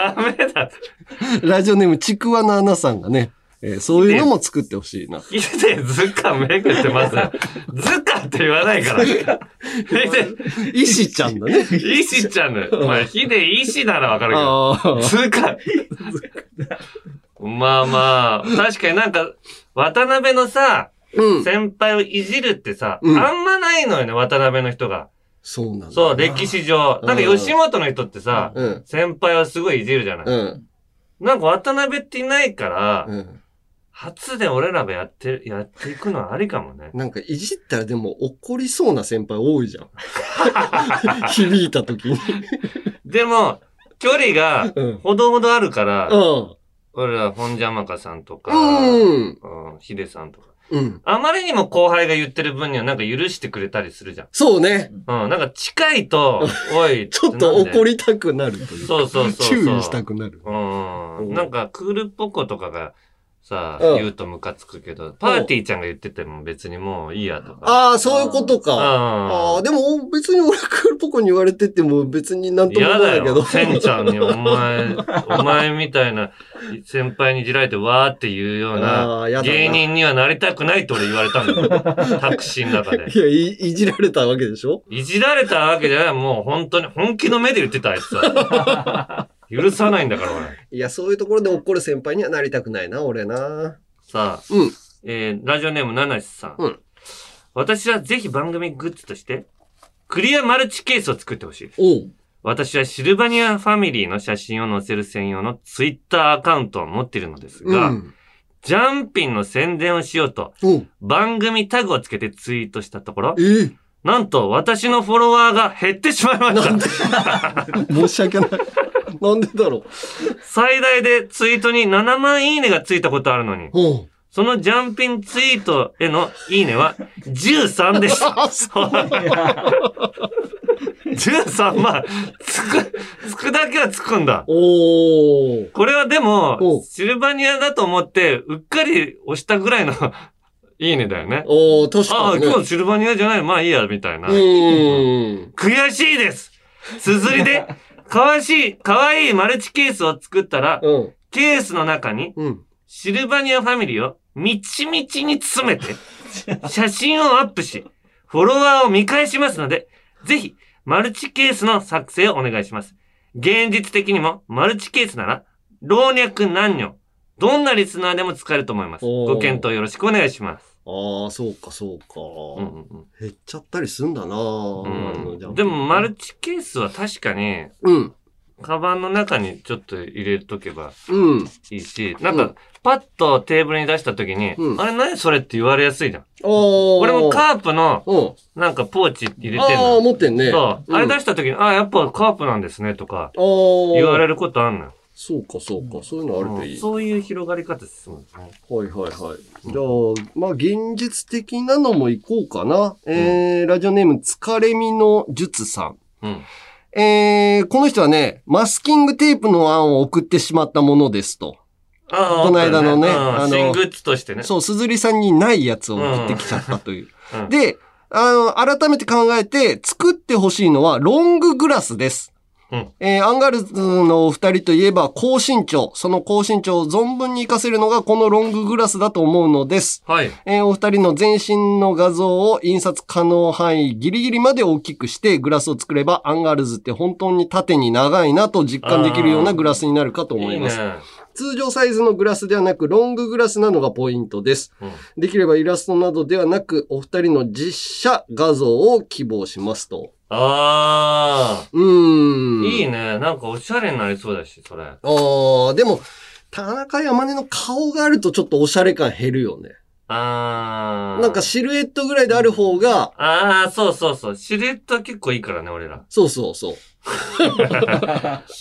ラジオネーム、ちくわのアナさんがね、えーそういうのも作ってほしいな。
ヒデ、ズカ、めぐってます。 ズカって言わないから。ヒデ、
イシちゃんだ ね。
イシちゃんだ。まあ、ヒデ、イシならわかるけど。ズカ。まあまあ、確かになんか、渡辺のさ、先輩をいじるってさ、
うん
あんまないのよね、渡辺の人が。
そうなんだ。
そう、歴史上。
うん
なんか吉本の人ってさ、
うん
先輩はすごいいじるじゃない。
うん。
なんか渡辺っていないから、
うん
初で俺らがやって、やっていくのはありかもね。
なんかいじったらでも怒りそうな先輩多いじゃん。 響いた時に。
でも、距離がほどほどあるから、
うん
俺ら本邪魔かさんとか、
うん
うんヒデさんとか。
うん。
あまりにも後輩が言ってる分にはなんか許してくれたりするじゃん。
そうね。
うん、なんか近いと、おい、ちょ
ちょっと怒りたくなるというか
そうそうそうそう
注意したくなる。
うん。なんか、クールポコとかがさ、
うん
言うとムカつくけど、パーティーちゃんが言ってても別にもういいやとか。
ああ、そういうことか。ああ、でも別に俺クールポコに言われてても別になんとも
嫌
思わな
だ
いけど。
よ。センちゃんにお前、お前みたいな先輩にじられてわーって言うよう
あ
な
ーやだな
芸人にはなりたくないって俺言われたん だよ。タクシーの中で。
いやい、いじられたわけでしょ
いじられたわけじゃない。もう本当に本気の目で言ってたあいつ は。許さないんだから俺。
いや、そういうところで怒る先輩にはなりたくないな、俺な。
さあ、えーラジオネームななしさん。私はぜひ番組グッズとして、クリアマルチケースを作ってほしいです。私はシルバニアファミリーの写真を載せる専用のツイッターアカウントを持っているのですが、
うん
ジャンピンの宣伝をしようと、番組タグをつけてツイートしたところ、なんと私のフォロワーが減ってしまいました。
申し訳ない。なんでだろう。
最大でツイートに7万いいねがついたことあるのに、そのジャンピンツイートへのいいねは13でした。13万、つく、つくだけはつくんだ。
お
これはでも、シルバニアだと思って、うっかり押したぐらいの、 いいねだよね。
お確かにね
ああ、今日シルバニアじゃない、まあいいや、みたいな。
うーん。
悔しいですすずりで、かわしい、かわいいマルチケースを作ったら、ケースの中に、シルバニアファミリーをみちみちに詰めて、写真をアップし、フォロワーを見返しますので、ぜひ、マルチケースの作成をお願いします。現実的にも、マルチケースなら、老若男女、どんなリスナーでも使えると思います。
おー
ご検討よろしくお願いします。
ああ、そうか、そうか。減っちゃったりすんだな、
うん、でも、マルチケースは確かに、
うん。
カバンの中にちょっと入れとけば
うん
いいし、なんか、パッとテーブルに出した時に、あれ何それって言われやすいじゃん。
お
俺もカープ
の、
なんかポーチ入れてんの。
あー持ってんね
そう。
うん
あれ出した時に、あ、やっぱカープなんですねとか、
おー
言われることあんのよ。
そうか、そうか。そういうのあるといい。
そういう広がり方するんですね。
はいはいはい。じゃあ、まあ、現実的なのもいこうかな。えー、ラジオネーム、疲れみの術さん。
うん
えー、この人はね、マスキングテープの案を送ってしまったものですと。
ああ
この間のね、
あったよねうん新グッズとしてね
そう、鈴木さんにないやつを送ってきちゃったという。
うん
で、あの、改めて考えて、作ってほしいのは、ロンググラスです。
うん
えーアンガールズのお二人といえば、高身長。その高身長を存分に活かせるのが、このロンググラスだと思うのです。
はい。
えーお二人の全身の画像を印刷可能範囲ギリギリまで大きくして、グラスを作れば、アンガールズって本当に縦に長いなと実感できるようなグラスになるかと思います。
いいね
通常サイズのグラスではなく、ロンググラスなのがポイントです。できればイラストなどではなく、お二人の実写画像を希望しますと。
ああ。
うーん。
いいね。なんかおしゃれになりそうだし、それ。
ああ、でも、田中山根の顔があるとちょっとおしゃれ感減るよね。
あー。
なんかシルエットぐらいである方が、
あー、そうそうそう。シルエットは結構いいからね、俺ら。
そうそうそう。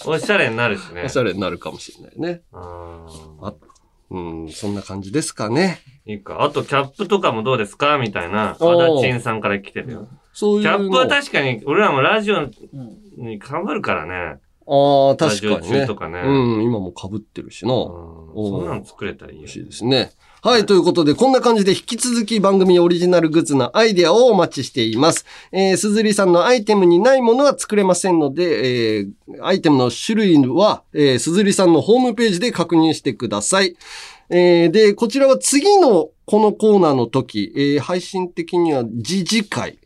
おしゃれになるしね。
おしゃれになるかもしれないね。あうん、そんな感じですかね。
いいか。あと、キャップとかもどうですかみたいな、
おー
アダチンさんから来てるよ。
そういう
キャップは確
か
かに、俺らもラジオに被るからね。
ああ、確か
ラ
に
ジオ
ね。
中とかね
うん、今も被ってるしな。そ
そんなの作れたらいいよ。
ですね。はい、ということで、こんな感じで引き続き番組オリジナルグッズのアイデアをお待ちしています。えー、すずりさんのアイテムにないものは作れませんので、えー、アイテムの種類は、えー、すずりさんのホームページで確認してください。えー、で、こちらは次のこのコーナーの時、えー、配信的には次次回。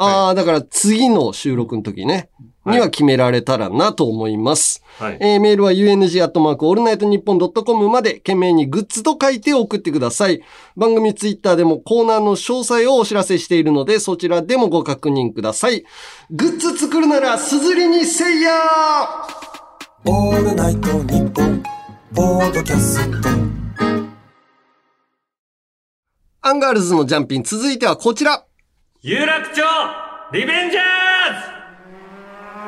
ああ、だから次の収録の時ね、には決められたらなと思います。
はい
えーメールは UNG アットマークオールナイトニッポンドットコムまで懸命にグッズと書いて送ってください。番組ツイッターでもコーナーの詳細をお知らせしているので、そちらでもご確認ください。グッズ作るならすずりにせいや
オールナイトニッポンポードキャスト
アンガールズのジャンピン、続いてはこちら
有楽町リベンジャー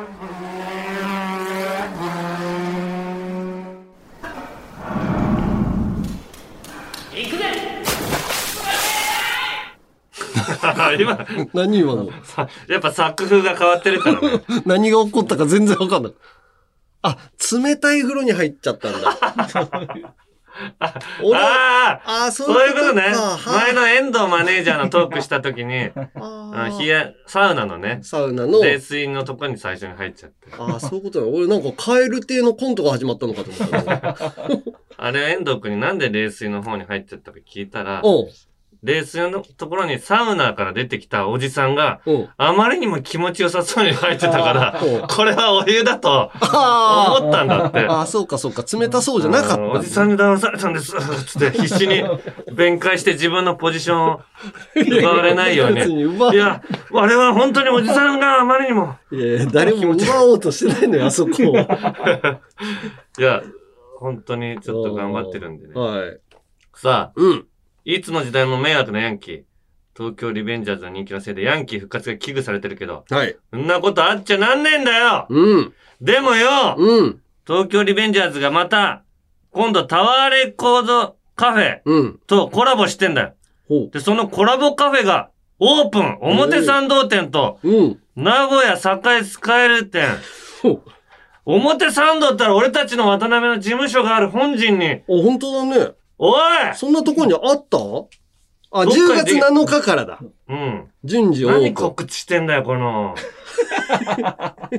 行くぜ
ズ 今、
何今の
やっぱ作風が変わってるから ね。
何が起こったか全然わかんない。あ、冷たい風呂に入っちゃったんだ。
ああ
あ
そういうことね。
は
前
い
の遠藤マネージャーのトークした時に、うん冷や、サウナのね、
サウナの
冷水のとこに最初に入っちゃって。
ああ、そういうことなの俺なんかカエル亭のコントが始まったのかと思った。
あれ、遠藤君になんで冷水の方に入っちゃったか聞いたら、
おう
冷水のところにサウナから出てきたおじさんが
おう、
あまりにも気持ちよさそうに入ってたから
おう、
これはお湯だと
あー
思ったんだって。
ああ、そうかそうか。冷たそうじゃなかった
あ
ん
の
だ。
おじさんに騙されたんです。つって必死に弁解して自分のポジションを奪われないよう
いや別
に。
に奪わ
いや、あれは本当におじさんがあまりにも。
いやいや誰も奪おうとしてないのよ、あそ こを。
いや、本当にちょっと頑張ってるんでね。
はい。
さあ、
うん。
いつの時代も迷惑なヤンキー。東京リベンジャーズの人気のせいでヤンキー復活が危惧されてるけど、
はい。
そんなことあっちゃなんねえんだよ
うん。
でもよ、
うん。
東京リベンジャーズがまた、今度タワーレコードカフェ
うん。
とコラボしてんだよ。
ほ
で、そのコラボカフェがオープン表参道店と、
うん。
名古屋栄スカエル店。表参道ったら俺たちの渡辺の事務所がある本陣に。
お、本当だね。
おい
そんなとこにあったあ、
どっか
10
に
月7日からだ。
うん。
順次オ
何
ープン。
告知してんだよ、こ の。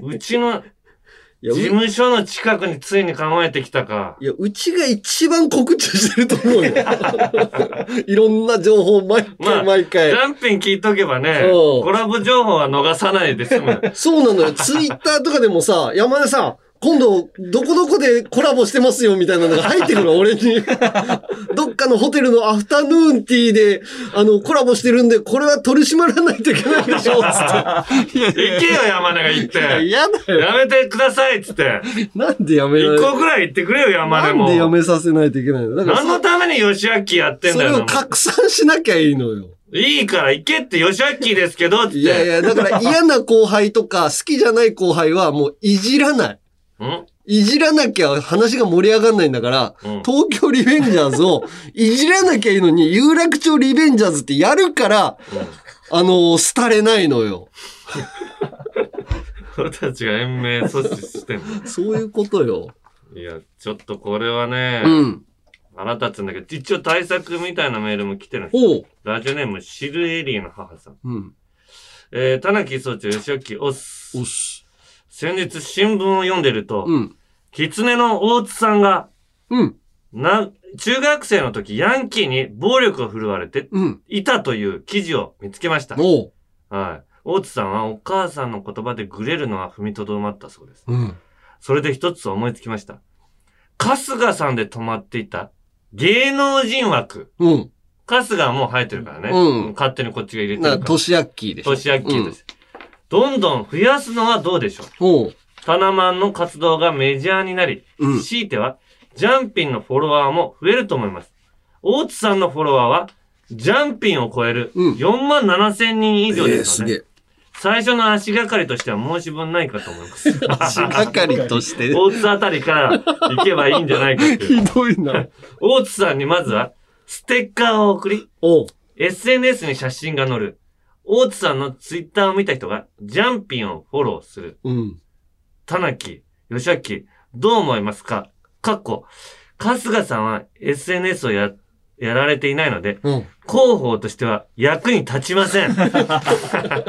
うちの
いや
事務所の近くについに構えてきたか。
いや、うちが一番告知してると思 うよ。いろんな情報、毎回毎
ジ
回。
ャンピン聞いとけばね、
そう
コラボ情報は逃さないで済 む。
そうなのよ。ツイッターとかで もさ、山根さん、今度、どこどこでコラボしてますよ、みたいなのが入ってくるの、俺に。どっかのホテルのアフタヌーンティーで、あの、コラボしてるんで、これは取り締まらないといけないでしょ、つ って。いや
行けよ、山根が行って。
やだよ
やめてくださいっつって。
なんでやめられ
一個ぐらい言ってくれよ、山根
なん
も。
でやめさせないといけないのだから
何のために吉明やってん
そ
だ
れ
よ。
を拡散しなきゃいいのよ。
いいから行けって、吉明ですけどって。
いやいや、だから嫌な後輩とか、好きじゃない後輩はもういじらない。
ん
いじらなきゃ話が盛り上がんないんだから、東京リベンジャーズをいじらなきゃいいのに、有楽町リベンジャーズってやるから、あのー、廃れないのよ。
俺たちが延命阻止してんの。
そういうことよ。
いや、ちょっとこれはね、
うん
腹立つんだけど、一応対策みたいなメールも来てるんです
お
よラジオネーム、シルエリーの母さん。
うん。
えー、田中総長、吉沖、おっす。先日、新聞を読んでると、
うん。
狐の大津さんが、
うん。
な、中学生の時、ヤンキーに暴力を振るわれて
うん。
いたという記事を見つけました。
おう。
はい。大津さんはお母さんの言葉でグレるのは踏みとどまったそうです。
うん。
それで一つ思いつきました。春日さんで泊まっていた芸能人枠。
うん。
春日はもう生えてるからね。
うん
勝手にこっちが入れてるか
な、
ら。
トシヤッキーでしょ。
トシヤッキーです。どんどん増やすのはどうでしょう。
おう。
タナマンの活動がメジャーになり、強いてはジャンピンのフォロワーも増えると思います。大津さんのフォロワーは、ジャンピンを超える4万7千人以上ですので、最初の足がかりとしては申し分ないかと思い ます。
足がかりとしてね
大津あたりから行けばいいんじゃないかって いう。ひどいな。大津さんにまずは、ステッカーを送り、SNS に写真が載る。大津さんのツイッターを見た人が、ジャンピンをフォローする。
うん。
田中、吉明、どう思いますかかっこ、春日さんは SNS をや、やられていないので、広報としては役に立ちません。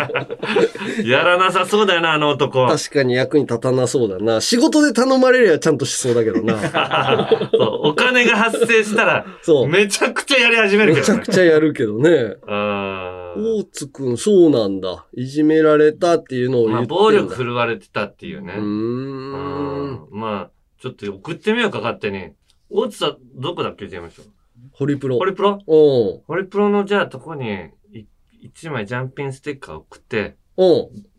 やらなさそうだよな、あの男。
確かに役に立たなそうだな。仕事で頼まれりゃちゃんとしそうだけど な。
そうお金が発生したら、めちゃくちゃやり始める
め
け
ち
ど
ゃ
ね
く。ちゃやるけどね。
あー
大津くん、そうなんだ。いじめられたっていうのを言
ま
っ
あ、
てんだ。
暴力振るわれてたっていうね。
うん。
まあ、ちょっと送ってみようか、勝手に。大津さん、どこだっけ、事務所。
ホリプロ。ホ
リプロ
お
ホリプロの、じゃあ、とこに、い一枚ジャンピンステッカー送って、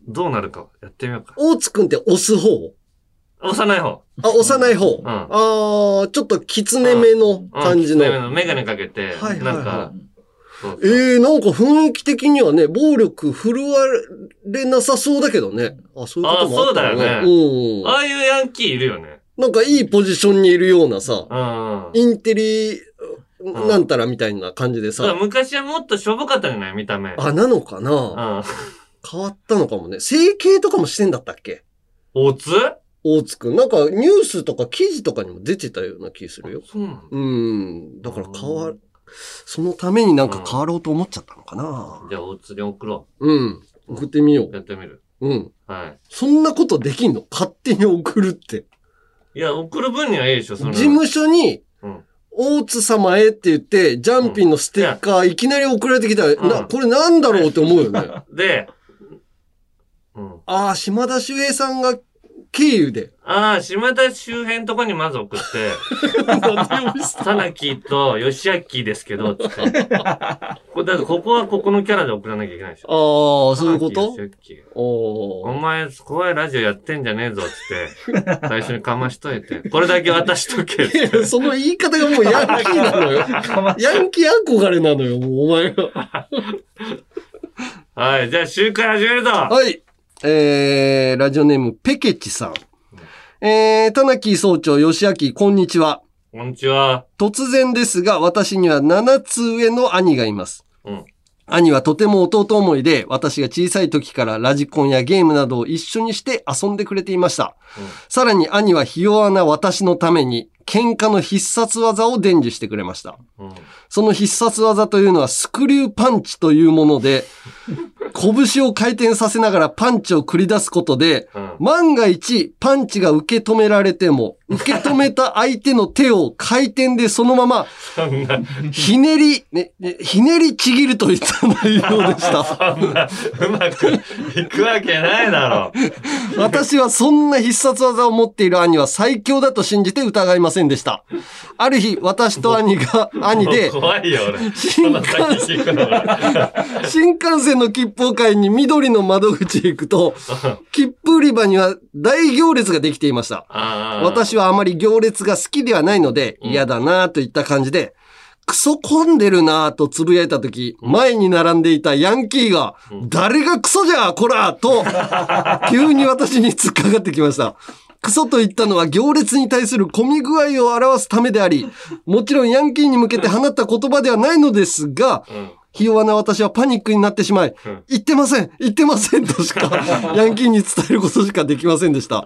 どうなるか、やってみようか。
大津くんって押す方
押さない方。
あ、押さない方。ああ、ちょっときつねめの感じの。
うんきつねめのメガネかけて、
はいはいはい
なんか、そう
ええなんか雰囲気的にはね、暴力振るわれなさそうだけどね。あ、そういうこ
あ
と
あ、
もあ
そ
っ
う
た
だよ
のね。
ね。
うん
ああいうヤンキーいるよね。
なんかいいポジションにいるようなさ、
うん。
インテリ、なんたらみたいな感じで
そうだ
さ、
昔はもっとしょぼかったんじゃない見た目。
あ、なのかな変わったのかもね。整形とかもしてんだったっけ
大津
大津くん。なんかニュースとか記事とかにも出てたような気するよ。
そうなの
うん。だから変わる、そのためになんか変わろうと思っちゃったのかな。
じゃあ、大津に送ろ
うん。送ってみよう。
う。やってみる。
うん。
はい。
そんなことできんの勝手に送るって。
いや、送る分にはいいでしょ、その。
事務所に
うん、
大津様へって言って、ジャンピンのステッカーいきなり送られてきたら、
うん
な、これなんだろうって思うよね。
で、
ああ、島田秀平さんが経由で。
ああ、島田周辺とかにまず送って、田中と吉明ですけど、つって。こだってここはここのキャラで送らなきゃいけないでしょ。
ああ、そういうこと
田中義明
お
お前、怖いラジオやってんじゃねえぞ、つって。最初にかましといて。これだけ渡しとけ、つって。
その言い方がもうヤンキーなの よ。ヤンキー憧れなのよ、もうお前が。
はい、じゃあ集会始めるぞ
はい。えー、ラジオネーム、ペケチさん。えー、田中総長、吉明、こんにちは。
こんにちは。
突然ですが、私には7つ上の兄がいます。
うん。
兄はとても弟思いで、私が小さい時からラジコンやゲームなどを一緒にして遊んでくれていました。さらに兄はひ弱な私のために、喧嘩の必殺技を伝授してくれました。その必殺技というのはスクリューパンチというもので、拳を回転させながらパンチを繰り出すことで、万が一パンチが受け止められても、受け止めた相手の手を回転でそのまま、ひねり、ね、ねひねりちぎるといった内容でし た。
そんな、うまくいくわけないだろ。
私はそんな必殺技を持っている兄は最強だと信じて疑いませんでした。ある日、私と兄が、兄 で、
もう怖いよ、俺。
新
幹線。聞くのが
新幹線の切符を買いに緑の窓口へ行くと、切符売り場には大行列ができていました。
あー
私はあまり行列が好きではないので、嫌だなぁといった感じで、クソ混んでるなぁとつぶやいたとき、前に並んでいたヤンキーが、誰がクソじゃこらと、 急に私に突っかかってきました。クソと言ったのは行列に対する混み具合を表すためであり、もちろんヤンキーに向けて放った言葉ではないのですが、ひ弱な私はパニックになってしまい、言ってません言ってませんとし か、ヤンキーに伝えることしかできませんでした。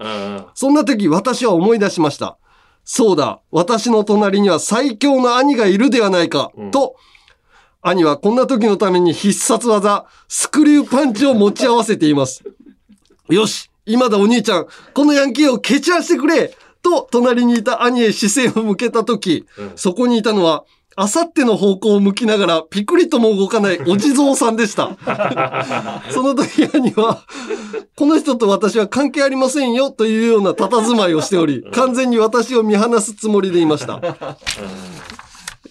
そんな時、私は思い出しました。そうだ、私の隣には最強の兄がいるではないか、と、兄はこんな時のために必殺技、スクリューパンチを持ち合わせています。 よし今だお兄ちゃんこのヤンキーを蹴散らしてくれと、隣にいた兄へ視線を向けたとき、そこにいたのは、あさっての方向を向きながら、ピクリとも動かないお地蔵さんでした。 その時兄は、この人と私は関係ありませんよというような佇まいをしており、完全に私を見放すつもりでいました。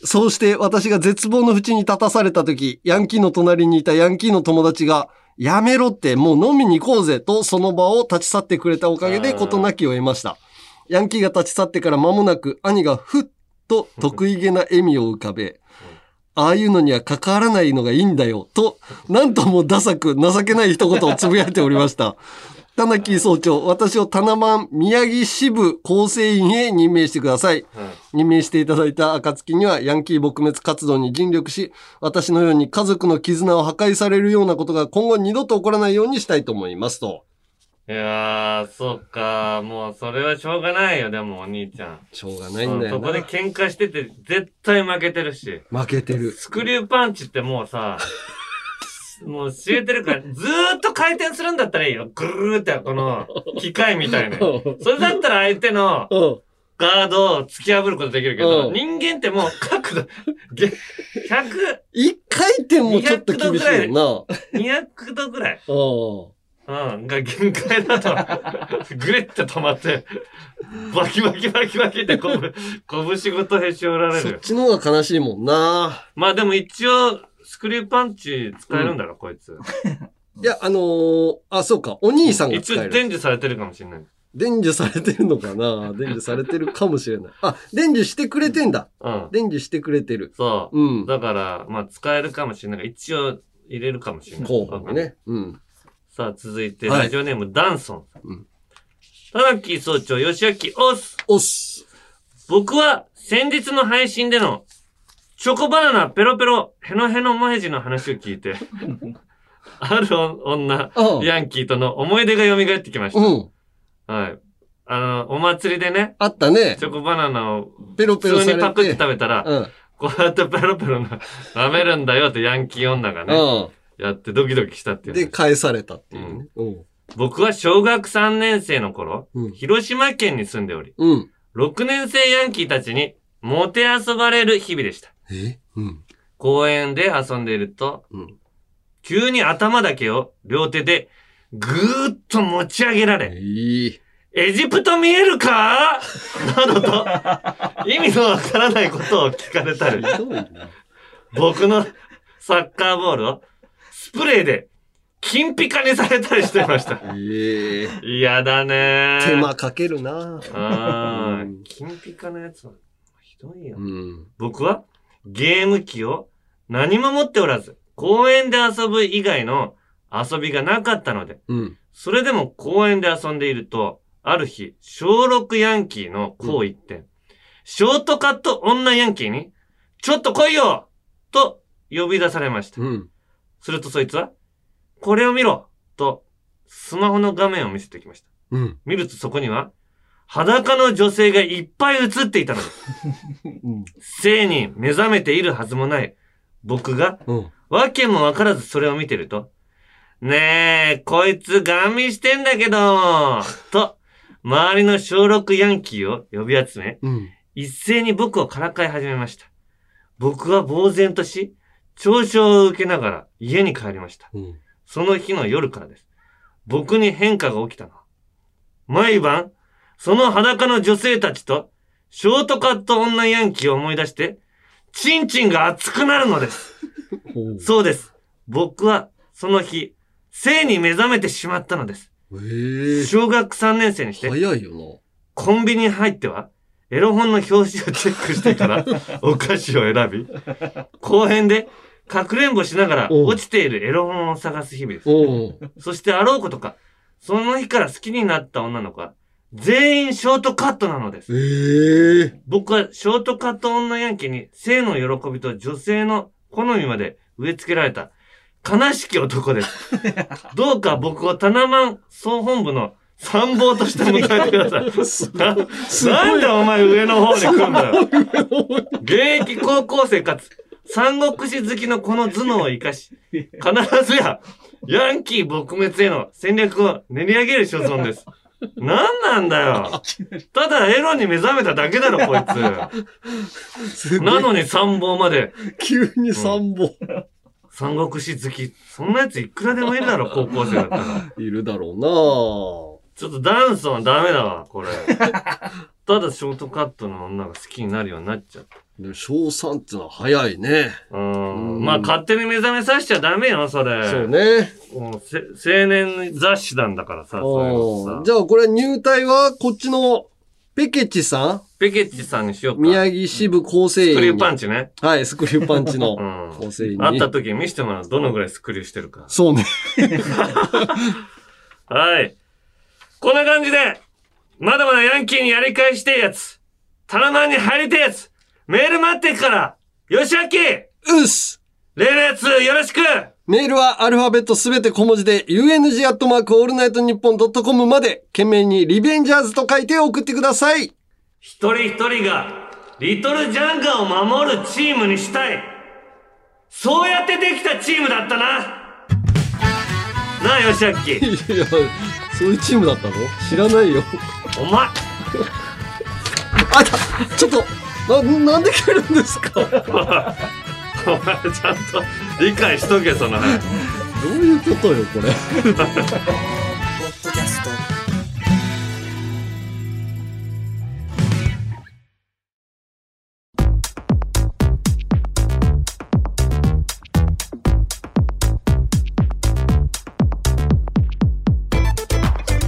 そうして私が絶望の淵に立たされた時、ヤンキーの隣にいたヤンキーの友達が、やめろって、もう飲みに行こうぜとその場を立ち去ってくれたおかげで事なきを得ました。ヤンキーが立ち去ってから間もなく兄がふっと得意げな笑みを浮かべ、ああいうのには関わらないのがいいんだよ、と、なんともダサく情けない一言をつぶやいておりました。 田中総長、私をタナマン宮城支部構成員へ任命してください。任命していただいた暁にはヤンキー撲滅活動に尽力し、私のように家族の絆を破壊されるようなことが今後二度と起こらないようにしたいと思いますと。
いやー、そっか。もう、それはしょうがないよ、でも、お兄ちゃん。
しょうがないんだよ
そこで
な。
喧嘩してて、絶対負けてるし。
負けてる。
スクリューパンチってもう さ、もう知れてるから、ずーっと回転するんだったらいいよ。ぐるーって、この、機械みたいな。それだったら相手の、ガードを突き破ることできるけ
う
ど、
ん
人間ってもう角度、げ100、
一回転もちょっと厳しいよな。
200度ぐらい。
うん
うん、が限界だと、ぐれって止まって、バキバキバキバキってこ ぶ、拳ごとへし折られ
そっ
る。
ちの方が悲しいもんな。
まあでも一応、スクリューパンチ使えるんだろ、こいつ。
いや、あのー、あ、そうか、お兄さんが
一
使え
応
る。
伝授されてるかもしれない。
伝授されてるのか な伝授されてるかもしれない。あ、伝授してくれてんだ。
うん。
伝授してくれてる。
そう。
うん
だから、まあ使えるかもしれないが、一応入れるかもしれない。
候補にね。うん。
さあ、続いて、
はい
ラジオネーム、ダンソン。
うん
田崎総長、吉明、オス
オス
僕は、先日の配信での、チョコバナナペロペロ、ヘノヘノモヘジの話を聞いて、 ある女、ヤンキーとの思い出が蘇ってきました。
うん。
はい。あの、お祭りでね、
あったね。
チョコバナナを、
ペロペロ
普通
されて
にパクって食べたら、
うん
こうやってペロペロな、舐めるんだよってヤンキー女がね、やってドキドキしたっていうね。
で、返されたっていうね。うん。
僕は小学3年生の頃、広島県に住んでおり、
うん。
6年生ヤンキーたちに、もてあそばれる日々でした。
えうん。
公園で遊んでいると、急に頭だけを両手でぐーっと持ち上げられ、エジプト見えるかなどと、意味のわからないことを聞かれたり、僕のサッカーボールをスプレーで金ピカにされたりしていました。 嫌だね
手間かけるな
あー金ピカのやつはひどいよ。僕はゲーム機を何も持っておらず、公園で遊ぶ以外の遊びがなかったので、
うん。
それでも公園で遊んでいると、ある日、小6ヤンキーのこう言って、ショートカット女ヤンキーに、ちょっと来いよと呼び出されました。するとそいつは、これを見ろと、スマホの画面を見せてきました。
うん。
見るとそこには、裸の女性がいっぱい映っていたのです。性に目覚めているはずもない僕が、わけもわからずそれを見てると、ねえ、こいつガン見してんだけど、と、周りの小6ヤンキーを呼び集め、
うん。
一斉に僕をからかい始めました。僕は呆然とし、嘲笑を受けながら家に帰りました。
うん。
その日の夜からです。僕に変化が起きたのは。毎晩、その裸の女性たちと、ショートカット女ヤンキーを思い出して、チンチンが熱くなるのです。そうです。僕は、その日、性に目覚めてしまったのです。小学3年生にして、
早いよ
コンビニに入っては、エロ本の表紙をチェックしてから、お菓子を選び、公園で、かくれんぼしながら、落ちているエロ本を探す日々です。そしてあろうことか、その日から好きになった女の子は、全員ショートカットなのです。僕はショートカット女ヤンキーに性の喜びと女性の好みまで植え付けられた悲しき男 です。どうか僕をタナマン総本部の参謀として迎えてくださ い。ななんでお前上の方に来るんだよ。現役高校生かつ、三国志好きのこの頭脳を生かし、必ずや、ヤンキー撲滅への戦略を練り上げる所存です。何なんだ よ。ただエロに目覚めただけだろ、こい つ。なのに参謀まで。
急に参謀。
三国志好き。そんなやついくらでもいるだろ、高校生だったら。
いるだろうな
ちょっとダンスはダメだわ、これ。ただショートカットの女が好きになるようになっちゃった。
で小三ってのは早いね。
うんまあ勝手に目覚めさせちゃダメよ、それ。
そうね。
もうせ青年雑誌なんだからさ、そういうのさ。
じゃあこれ入隊はこっちのペケチさん
ペケッチさんにしようか。
宮城支部構成
ス
員。
クリューパンチね。
はい、スクリューパンチ の構成員に。
会った時に見せてもらう。どのぐらいスクリューしてるか。
そうね。
はい。こんな感じで、まだまだヤンキーにやり返してえやつ、棚マンに入りてえやつ、メール待ってっから、よしあき
うっす
例のやつ、よろしく
メールはアルファベットすべて小文字で、UNG アットマークオールナイトニッポンドットコムまで、懸命にリベンジャーズと書いて送ってください。
一人一人が、リトルジャンガーを守るチームにしたい。そうやってできたチームだったな。なあ、よしあき。
いや、そういうチームだったの知らないよ。
お前
あたちょっと、な、なんで蹴るんですか
お前ちゃんと理解しとけ、その話。
どういうことよ、これ。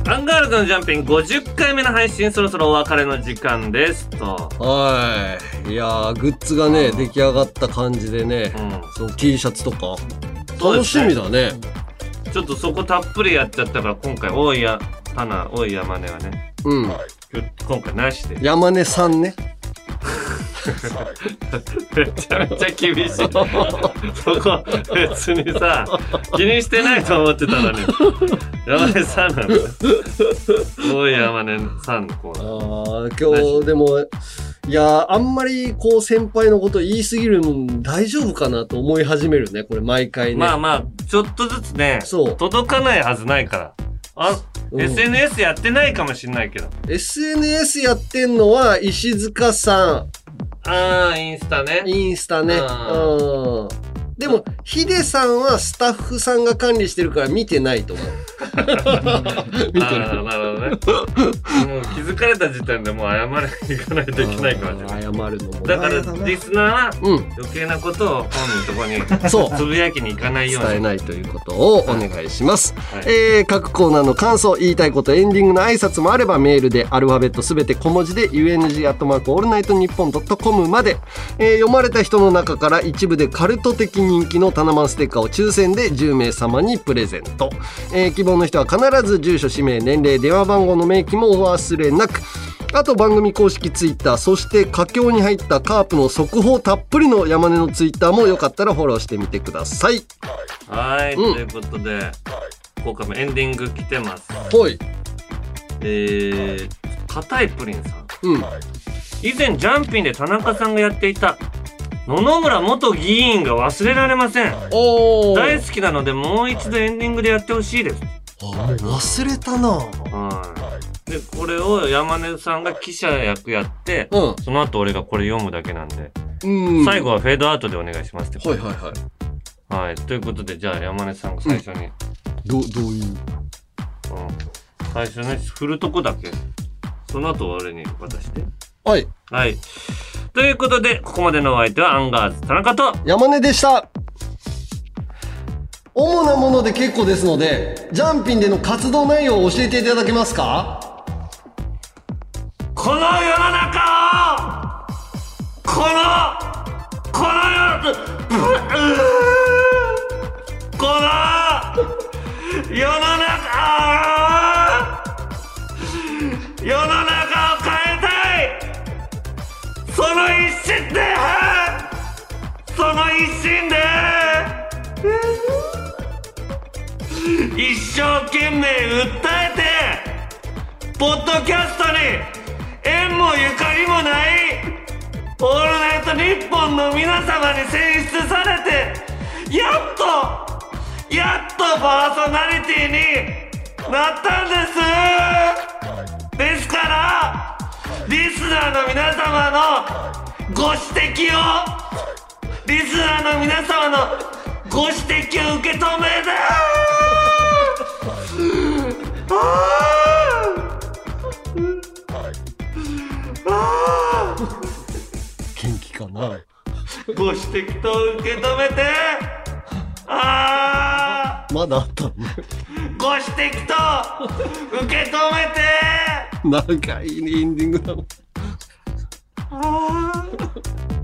アンガールズのジャンピング50回目の配信、そろそろお別れの時間です。と。
はい。いやー、グッズがね、出来上がった感じでね、その T シャツとか、
そうで
楽
す
し
ね
みだね。
ちょっとそこたっぷりやっちゃったから、今回、大井や、パナ、大井山根はね、
うん。
今回なしで。
山根さんね。
めちゃめちゃ厳しい。そこ、別にさ、気にしてないと思ってたのに。山根さんなの。大井山根さんのコーナー。
あー今日でもいやーあんまりこう先輩のこと言いすぎるの大丈夫かなと思い始めるねこれ毎回ね
まあまあ、ちょっとずつね、届かないはずないから。あ、SNS やってないかもしんないけど。
SNS やってんのは石塚さん
ああインスタね
インスタねうんでもヒデさんはスタッフさんが管理してるから見てな いと思う
あー
見てる
なるほどね。 もう気づかれた時点でもう謝りに行かないといけないかもしれない。
謝るのも
だからリスナー
う
は
ん
余計なことを本人のとこに
そう
つぶやきに行かないように。
伝えないということをお願いします、
はい
えー各コーナーの感想言いたいことエンディングの挨拶もあればメールでアルファベットすべて小文字で UNG アットマークオールナイトニッポンドットコムまで、えー読まれた人の中から一部でカルト的人気のタナマンステッカーを抽選で10名様にプレゼント、えー希望の人は必ず住所氏名年齢電話番号の明記もお忘れなくあと番組公式ツイッターそして佳境に入ったカープの速報たっぷりの山根のツイッターもよかったらフォローしてみてください
はい、ということで、今回もエンディング来てます。
ほい。
えー、硬いプリンさん。
うん。
以前ジャンピンで田中さんがやっていた野々村元議員が忘れられません。
お
大好きなのでもう一度エンディングでやってほしいです。
忘れたな
はい。で、これを山根さんが記者役やって、その後俺がこれ読むだけなんで、
うん
最後はフェードアウトでお願いしますって。
はいはいはい。
はい。ということで、じゃあ山根さんが最初に、うん、
どどういう
最初ね、振るとこだけ、その後俺に渡して。
はい。
はい。ということで、ここまでのお相手はアンガーズ田中と、
山根でした主なもので結構ですのでジャンピンでの活動内容を教えていただけますか
この世の中をこのこの世ぶうーこの世の中を世の中を変えたいその一心でその一心で一生懸命訴えてポッドキャストに縁もゆかりもない「オールナイトニッポン」の皆様に選出されてやっとやっとパーソナリティになったんですですからリスナーの皆様のご指摘をリスナーの皆様のご指摘を受け止めてあーあー
元気かな
ご指摘と受け止めてあ
まだあったの
ーご指摘と受け止めて
長いね、エンディングだもん。
あー